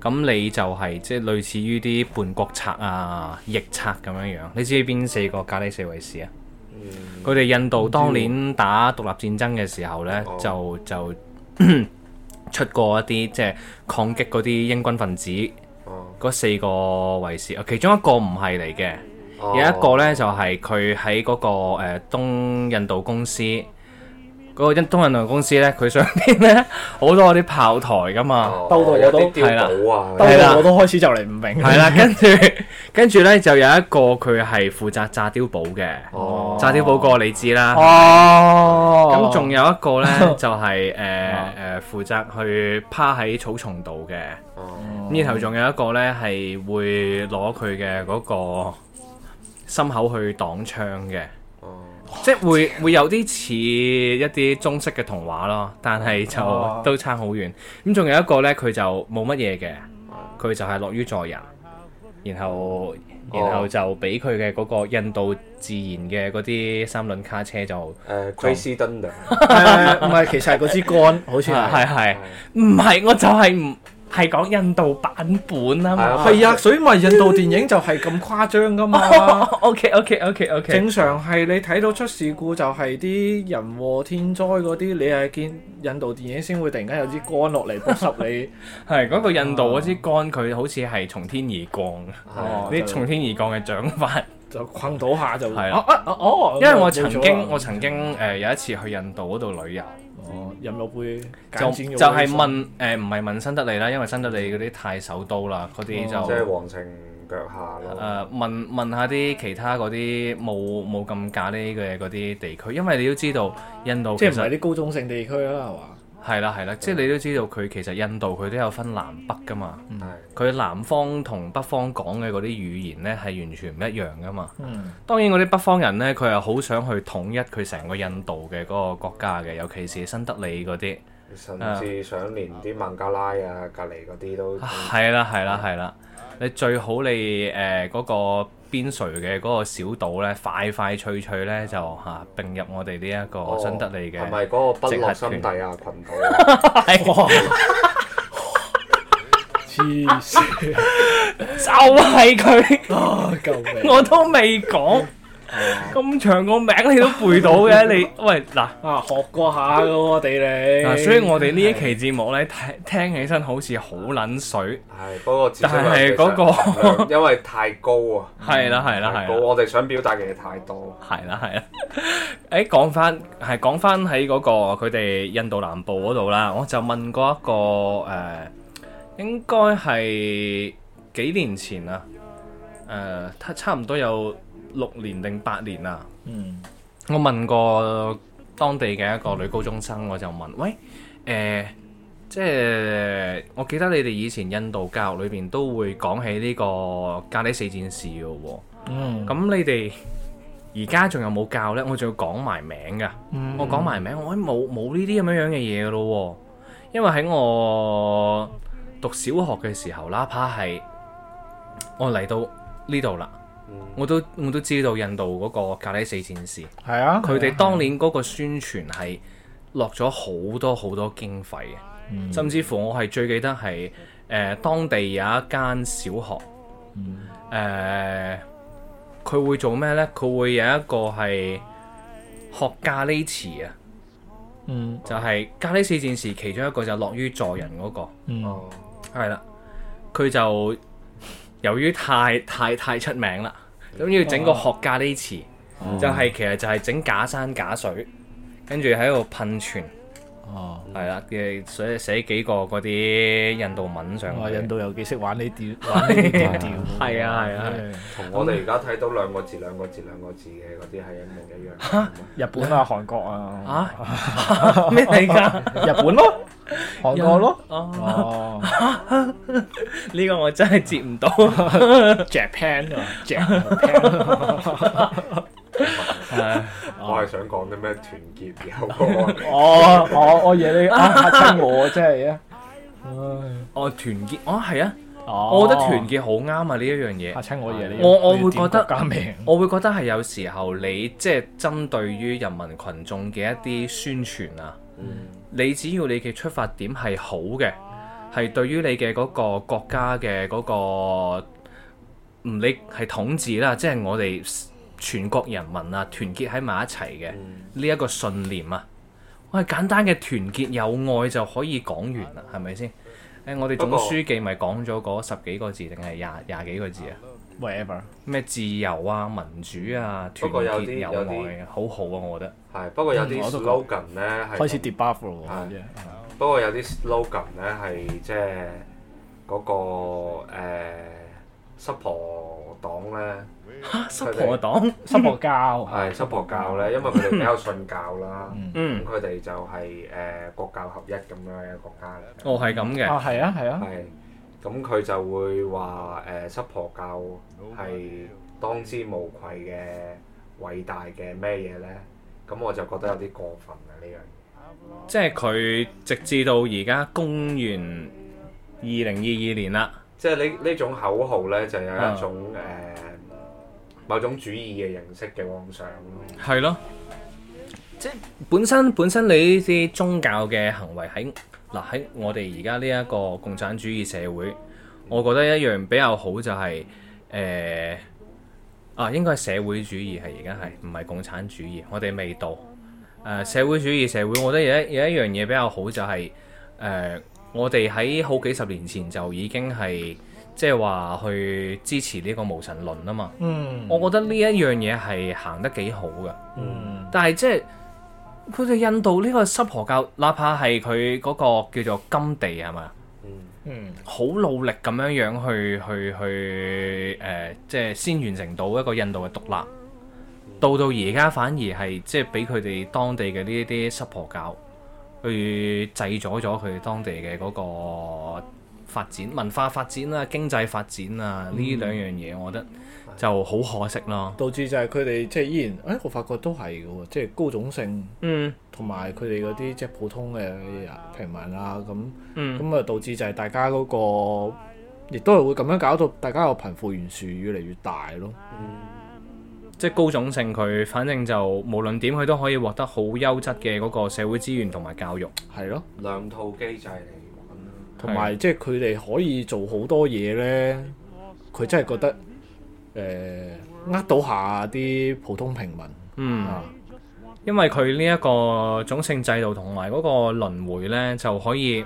B: 咁、你就係、即係類似於啲叛國賊啊、逆賊咁樣樣。你知邊四個咖喱四維士啊？
D: 嗯
B: 佢哋印度當年打獨立戰爭嘅時候呢，
D: 哦
B: 就就 出過一啲即係抗擊嗰啲英軍分子。
D: 哦，
B: 嗰四個維士，其中一個唔係嚟嘅，
D: 哦
B: 有一個呢就係佢喺嗰個誒、呃、東印度公司嗰、個印東印度公司呢，佢上邊呢好多嗰啲炮台噶嘛，
D: 哦
C: 兜到
D: 有
C: 我都
D: 啲碉堡啊，
C: 但
B: 係啦
C: 係我都開始就嚟唔明。
B: 係
D: 嗯
B: 啦、跟住 跟住呢就有一個佢係負責炸碉堡嘅，
D: 哦
B: 炸碉堡個你知啦。
C: 哦，
B: 咁仲有一個呢， 就係誒
D: 啊
B: 誒負責去趴喺草叢度嘅，
D: 哦，
B: 呢頭仲有一個呢，係會攞佢嘅嗰個心口去擋槍嘅，
D: 哦，
B: 即係會會有啲似一啲中式嘅童話咯，但係就
C: 哦
B: 都差好遠。咁仲有一個呢，佢就冇乜嘢嘅，佢就係樂於助人，然
C: 哦
B: 後然後就俾佢嘅嗰個印度自然嘅嗰啲三輪卡車就
D: 誒 Crazy Thunder，
C: 誒唔係，其實係嗰支杆，好似係。
B: 啊係係唔係我就係唔係講印度版本啊
D: 係啊
B: 嘛。
C: 係啊，所以咪印度電影就係咁誇張 噶嘛。
B: OK OK OK OK，
C: 正常係你睇到出事故就係啲人禍天災嗰啲，你係見印度電影先會突然間有支杆落嚟幫濕你。
B: 係嗰、個印度嗰支杆，佢好似係從天而降，
D: 係
C: 哦
B: 啲從天而降嘅掌法。
C: 就困到下就
B: 係
C: 係
B: 啊
C: 啊啊啊哦，
B: 因為我
C: 冇咗啦
B: 曾經我曾經誒、呃有一次去印度嗰度旅遊，
C: 哦飲咗杯
B: 就
C: 簡剪咗
B: 就係
C: 杯水
B: 問誒唔係問新德里啦，因為新德里嗰啲太首都啦，嗰啲就
C: 哦
D: 即
B: 誒、
D: 係皇城腳下咯，
B: 呃、問問下啲其他嗰啲冇冇咁咖喱嘅嗰啲地區，因為你都知道印度
C: 即
B: 其
C: 係唔係
B: 實
C: 啲高中性地區啦 係嘛？
B: 係啦係啦，即係你都知道佢其實印度佢都有分南北噶嘛，
D: 係
B: 佢南方同北方講嘅嗰啲語言呢係完全唔一樣噶嘛。
C: 嗯，
B: 當然嗰啲北方人呢，佢係好想去統一佢成個印度嘅嗰個國家嘅，尤其是新德里嗰啲。
D: 甚至想連啲孟加拉啊隔離嗰啲都
B: 啊係啦，係啦，係啦。你最好你呃誒嗰、個邊陲嘅嗰個小島呢，快快脆脆呢，就嚇、啊、並入我哋呢一個新德里嘅。
D: 哦 係咪嗰個不落心底啊群島啊？
C: 哇，
B: 哦
C: 黐線
B: 就係佢，
C: 啊！ 救 命
B: 我都未講咁長個名你都背到嘅，你喂嗱。
C: 啊！學過下嘅喎地理
B: 嗱，所以我哋呢一期節目咧，聽聽起身好似好撚水，
D: 係嗰個知識
B: 但係嗰個
D: 啊 個，因為太高啊，
B: 係啦係啦
D: 太
B: 係
D: 高，
B: 啦，
D: 我哋想表達嘅嘢太多。
B: 係啦係啦。啊 誒講翻係講翻喺嗰個佢哋印度南部嗰度啦，我就問過一個誒、呃應該係幾年前啊，誒、他差唔多有六年定八年啦。
C: 嗯
B: 我問過當地嘅一個女高中生，我就問：喂，誒、即係我記得你哋以前印度教育裏邊都會講起呢個咖喱四戰士嘅喎。
C: 嗯
B: 咁你哋而家仲有冇教呢？我仲要講埋名㗎。
C: 嗯
B: 我講埋名，我哎冇冇呢啲咁樣樣嘅嘢咯喎，因為喺我讀小學嘅時候，哪怕係我嚟到呢度啦，我都我都知道印度嗰個咖喱四戰士，
C: 係啊，
B: 佢哋當年嗰個宣傳係落咗好多好多經費嘅，
C: 嗯
B: 甚至乎我係最記得係誒、呃、當地有一間小學，誒、
C: 嗯
B: 佢會做咩呢？佢會有一個係學咖喱池啊！
C: 嗯
B: 就係咖喱四戰士其中一個就樂於助人嗰、
C: 嗯
B: 個，係啦，佢就由於太太太出名啦，咁要整個學咖喱池，就係其實就係整假山假水，跟住喺度噴泉，
C: 哦，
B: 係啦嘅，所以寫幾個嗰啲印度文上
C: 哇！
B: 去，
C: 哦印度又幾識玩呢 啲玩呢啲調，
B: 係啊係啊係啊
D: 同我哋而家睇到兩個字兩個字兩個字嘅嗰啲係一模一樣。
C: 日本啊、韓國啊，
B: 啊 咩嚟㗎？
C: 日本咯、韓國咯，
B: 哦，
C: 哦
B: 呢個我真係接 唔到，
C: ，Japan 啊，Japan，
D: 我係想講啲咩團結有個
C: 哦，我我嘢你啊嚇親我真係啊，唉
B: 我團結， 哦係啊，我
C: 我
B: 覺得團結好啱啊呢一樣嘢
C: 嚇。親我嘢你，
B: 我我會
C: 點
B: 覺得
C: 國家名，
B: 我會覺得係有時候你即係針對於人民群眾嘅一啲宣傳啊，
D: 嗯
B: 你只要你嘅出發點係好嘅，係對於你嘅嗰個國家嘅嗰、個唔理係統治啦，即係我哋全國人民啊團結喺埋一齊嘅
D: 嗯
B: 呢一個信念啊，我係簡單嘅團結友愛就可以講完啦，係咪先？誒，我哋總
D: 不過
B: 書記咪講咗嗰十幾個字定係廿廿幾個字啊？
C: whatever，
B: 咩自由啊、民主啊、
D: 不
B: 團
D: 過有
B: 結
D: 啲
B: 友
D: 有啲
B: 愛啊，好好啊，我覺得。
D: 係，不過有啲
C: 嗯我都覺
D: slogan 咧係
C: 開始 debuff 咯
D: 係
B: 啊
C: 喎，真係
D: 不過有啲 slogan 咧係即係嗰個誒濕婆黨咧，
B: 啊，濕婆黨，
C: 濕 婆膠，
D: 係濕婆教
C: 嗯
D: 咧，因為佢哋比較信教啦，咁
B: 嗯，
D: 佢哋就係誒國教合一咁樣嘅國家嚟嘅。
B: 哦係咁嘅，
C: 啊係啊係啊，
D: 係，咁佢就會話誒濕婆教係當之無愧嘅偉大嘅咩嘢咧？咁我就覺得有啲過分啊呢樣嘢。
B: 即係佢直至到而家公元二零二二年啦，
D: 即係呢呢種口號咧，就有一種誒、某種主義嘅形式嘅妄想咯。
B: 係咯，即係本身本身你呢啲宗教嘅行為喺嗱喺我哋而家呢一個共產主義社會，我覺得一樣比較好就係、誒啊，應該係社會主義係而家係唔係共產主義？我哋未到誒、社會主義社會，我覺得有一有一樣嘢比較好就係、誒，我哋喺好幾十年前就已經係即係話去支持呢個無神論啊嘛。
C: 嗯
B: 我覺得呢一樣嘢係行得幾好嘅，
C: 嗯
B: 但係即係佢哋印度呢個濕婆教，哪怕係佢嗰個叫做金地係咪？
D: 嗯，
C: 嗯
B: 好努力咁樣樣去去去誒、呃即係先完成到一個印度嘅獨立，到到而家反而係即係俾佢哋當地嘅呢啲濕婆教去制阻咗佢哋當地嘅嗰個發展、文化發展啊、經濟發展啊呢兩樣嘢，我覺得就好可惜咯。
C: 導致就係佢哋即係依然，誒、我發覺都係嘅喎，即係高種姓
B: 嗯
C: 同埋佢哋嗰啲即係普通嘅平民啊，咁
B: 嗯。
C: 咁啊導致就係大家嗰、個，亦都係會咁樣搞到大家個貧富懸殊越嚟越大咯。
B: 即係高種姓佢，反正就無論點佢都可以獲得好優質嘅嗰個社會資源同埋教育。
C: 係咯，
D: 兩套機制嚟玩啦。
C: 同埋即係佢哋可以做好多嘢呢，佢真係覺得誒呃到下啲普通平民
B: 嗯，
C: 啊，
B: 因為佢呢一個種姓制度同埋嗰個輪迴呢，就可以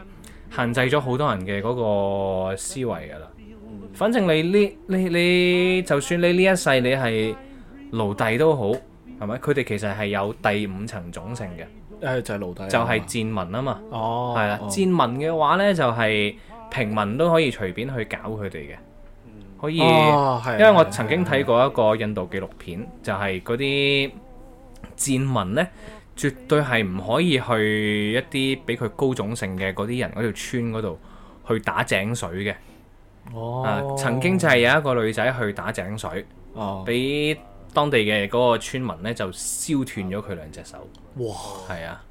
B: 限制咗好多人嘅嗰個思維㗎啦。反正你呢你你就算你呢一世你係奴隸都好，係咪？佢哋其實係有第五層種姓嘅，
C: 誒就係奴隸啊嘛，
B: 就係賤民啊嘛。
C: 哦，
B: 係啦，
C: 哦
B: 戰民嘅話呢，就係、平民都可以隨便去搞佢哋嘅，可以。
C: 哦，係啊
B: 因為我曾經睇過一個印度紀錄片，就係嗰啲戰民呢，絕對係唔可以去一啲比佢高種姓嘅嗰啲人嗰條村嗰度去打井水嘅。
C: 哦、
B: 啊，曾經就係有一個女仔去打井水，
C: 哦，
B: 俾當地嘅嗰個村民呢，就燒斷咗佢兩隻手。
C: 哇！
B: 係啊，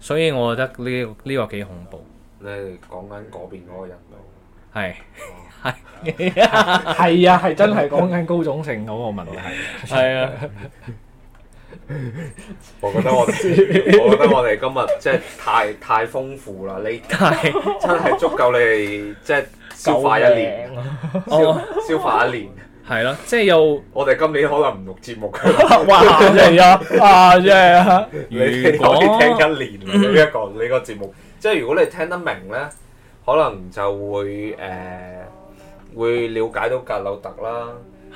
B: 所以我覺得呢、呢個幾恐怖。
D: 你係講緊嗰邊嗰個人度。
B: 係
C: 係 啊，係真係講緊高種性嗰個問題。
B: 係啊。
D: 我覺得我 哋，我覺得我哋今日即係太太豐富啦！ 你
B: 啊
D: 真係足夠你哋即係消化一年，
B: 哦，
D: 消化一年。
B: 係咯，即係又
D: 我哋今年可能唔錄節目㗎，
C: 哇！係啊，啊真係啊，
D: 你哋
B: 哦
D: 可以聽一年呢一個呢個節目。即係如果你聽得明咧，可能就會誒、呃、會了解到格魯特啦，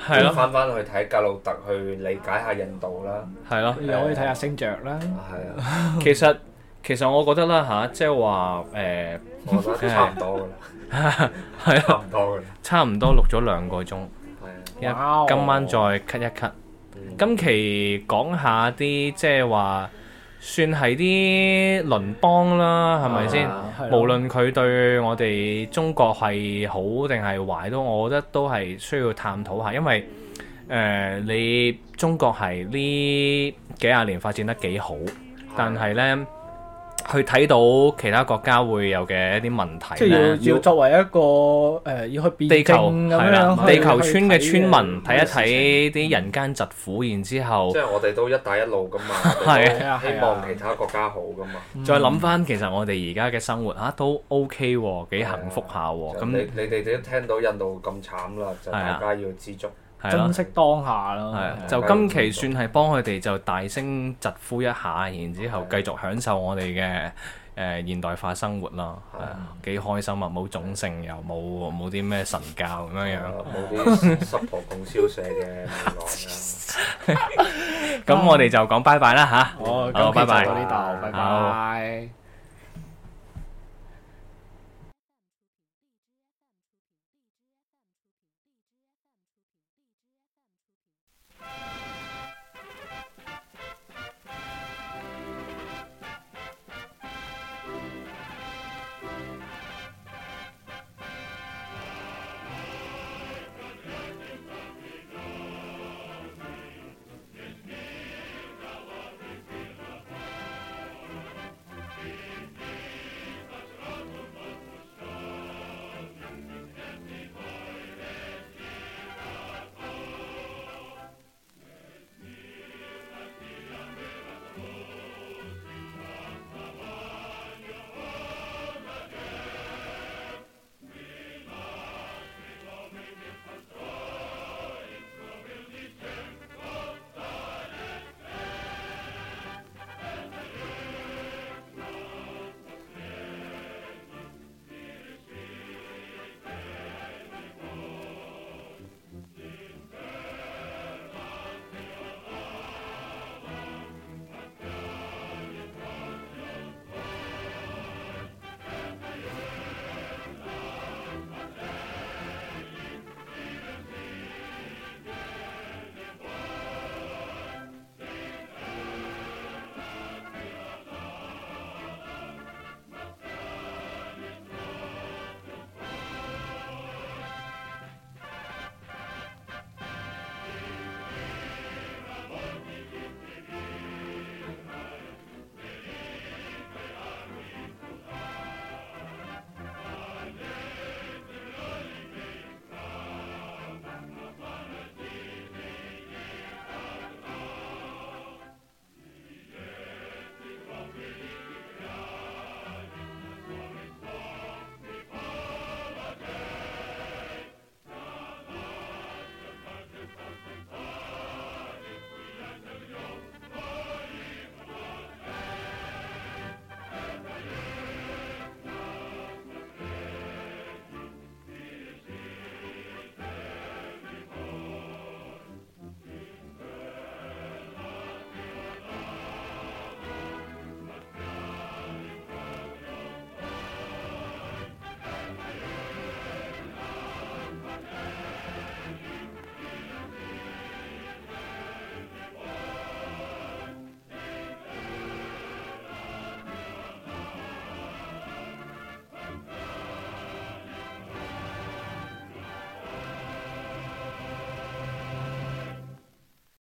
B: 係咯，
D: 翻翻去睇格魯特去理解下印度啦，
B: 係咯。
C: 你可以睇下星爵啦。
D: 係啊，
B: 其實其實我覺得啦吓，即係話誒
D: 我 覺得差唔多㗎啦，
B: 係
D: 差
B: 咯，
D: 唔多㗎啦，
B: 差唔多錄咗兩個鐘，
D: 係啊。
C: 哇
B: 今晚再 cut 一 cut。
D: 嗯
B: 今期講下啲即係話算係啲鄰邦啦，係咪先
D: 啊
C: 係？咯
B: 無論佢對我哋中國係好定係壞都，我覺得都係需要探討下，因為誒、呃你中國係呢幾廿年發展得幾好，但係呢，去睇到其他國家會有嘅一啲問題
C: 即係
B: 呢
C: 要要作為一個誒，要去辯
B: 地球
C: 證
B: 係
C: 咁
B: 啦
C: 樣，去
B: 地球村嘅村民睇一。
C: 去
B: 睇啲人間疾苦，然之後
D: 即。係我哋都一帶一路噶嘛，
B: 係
C: 啊
D: 我哋都希望其他國家好噶嘛。
B: 再諗翻，其實我哋而家嘅生活嚇都 OK 喎，幾幸福下喎。
D: 就你
B: 咁
D: 你哋都聽到印度咁慘啦，就
B: 係啊
D: 大家要知足。
B: 係
C: 珍
B: 啦，
C: 惜當下咯，
B: 係
D: 啊
B: 就今期算係幫佢哋就大聲疾呼一下，然之後繼續享受我哋嘅誒現代化生活啦。係啊，幾開心啊！冇種姓又冇冇啲咩神教咁樣樣。
D: 啊冇啲濕婆供銷 社嘅未啊來
B: 咁我哋就講拜拜啦嚇。
C: 好，
B: 好
C: 今期
B: 拜
C: 就
B: 拜
C: 到呢度，拜
B: 好
C: 拜。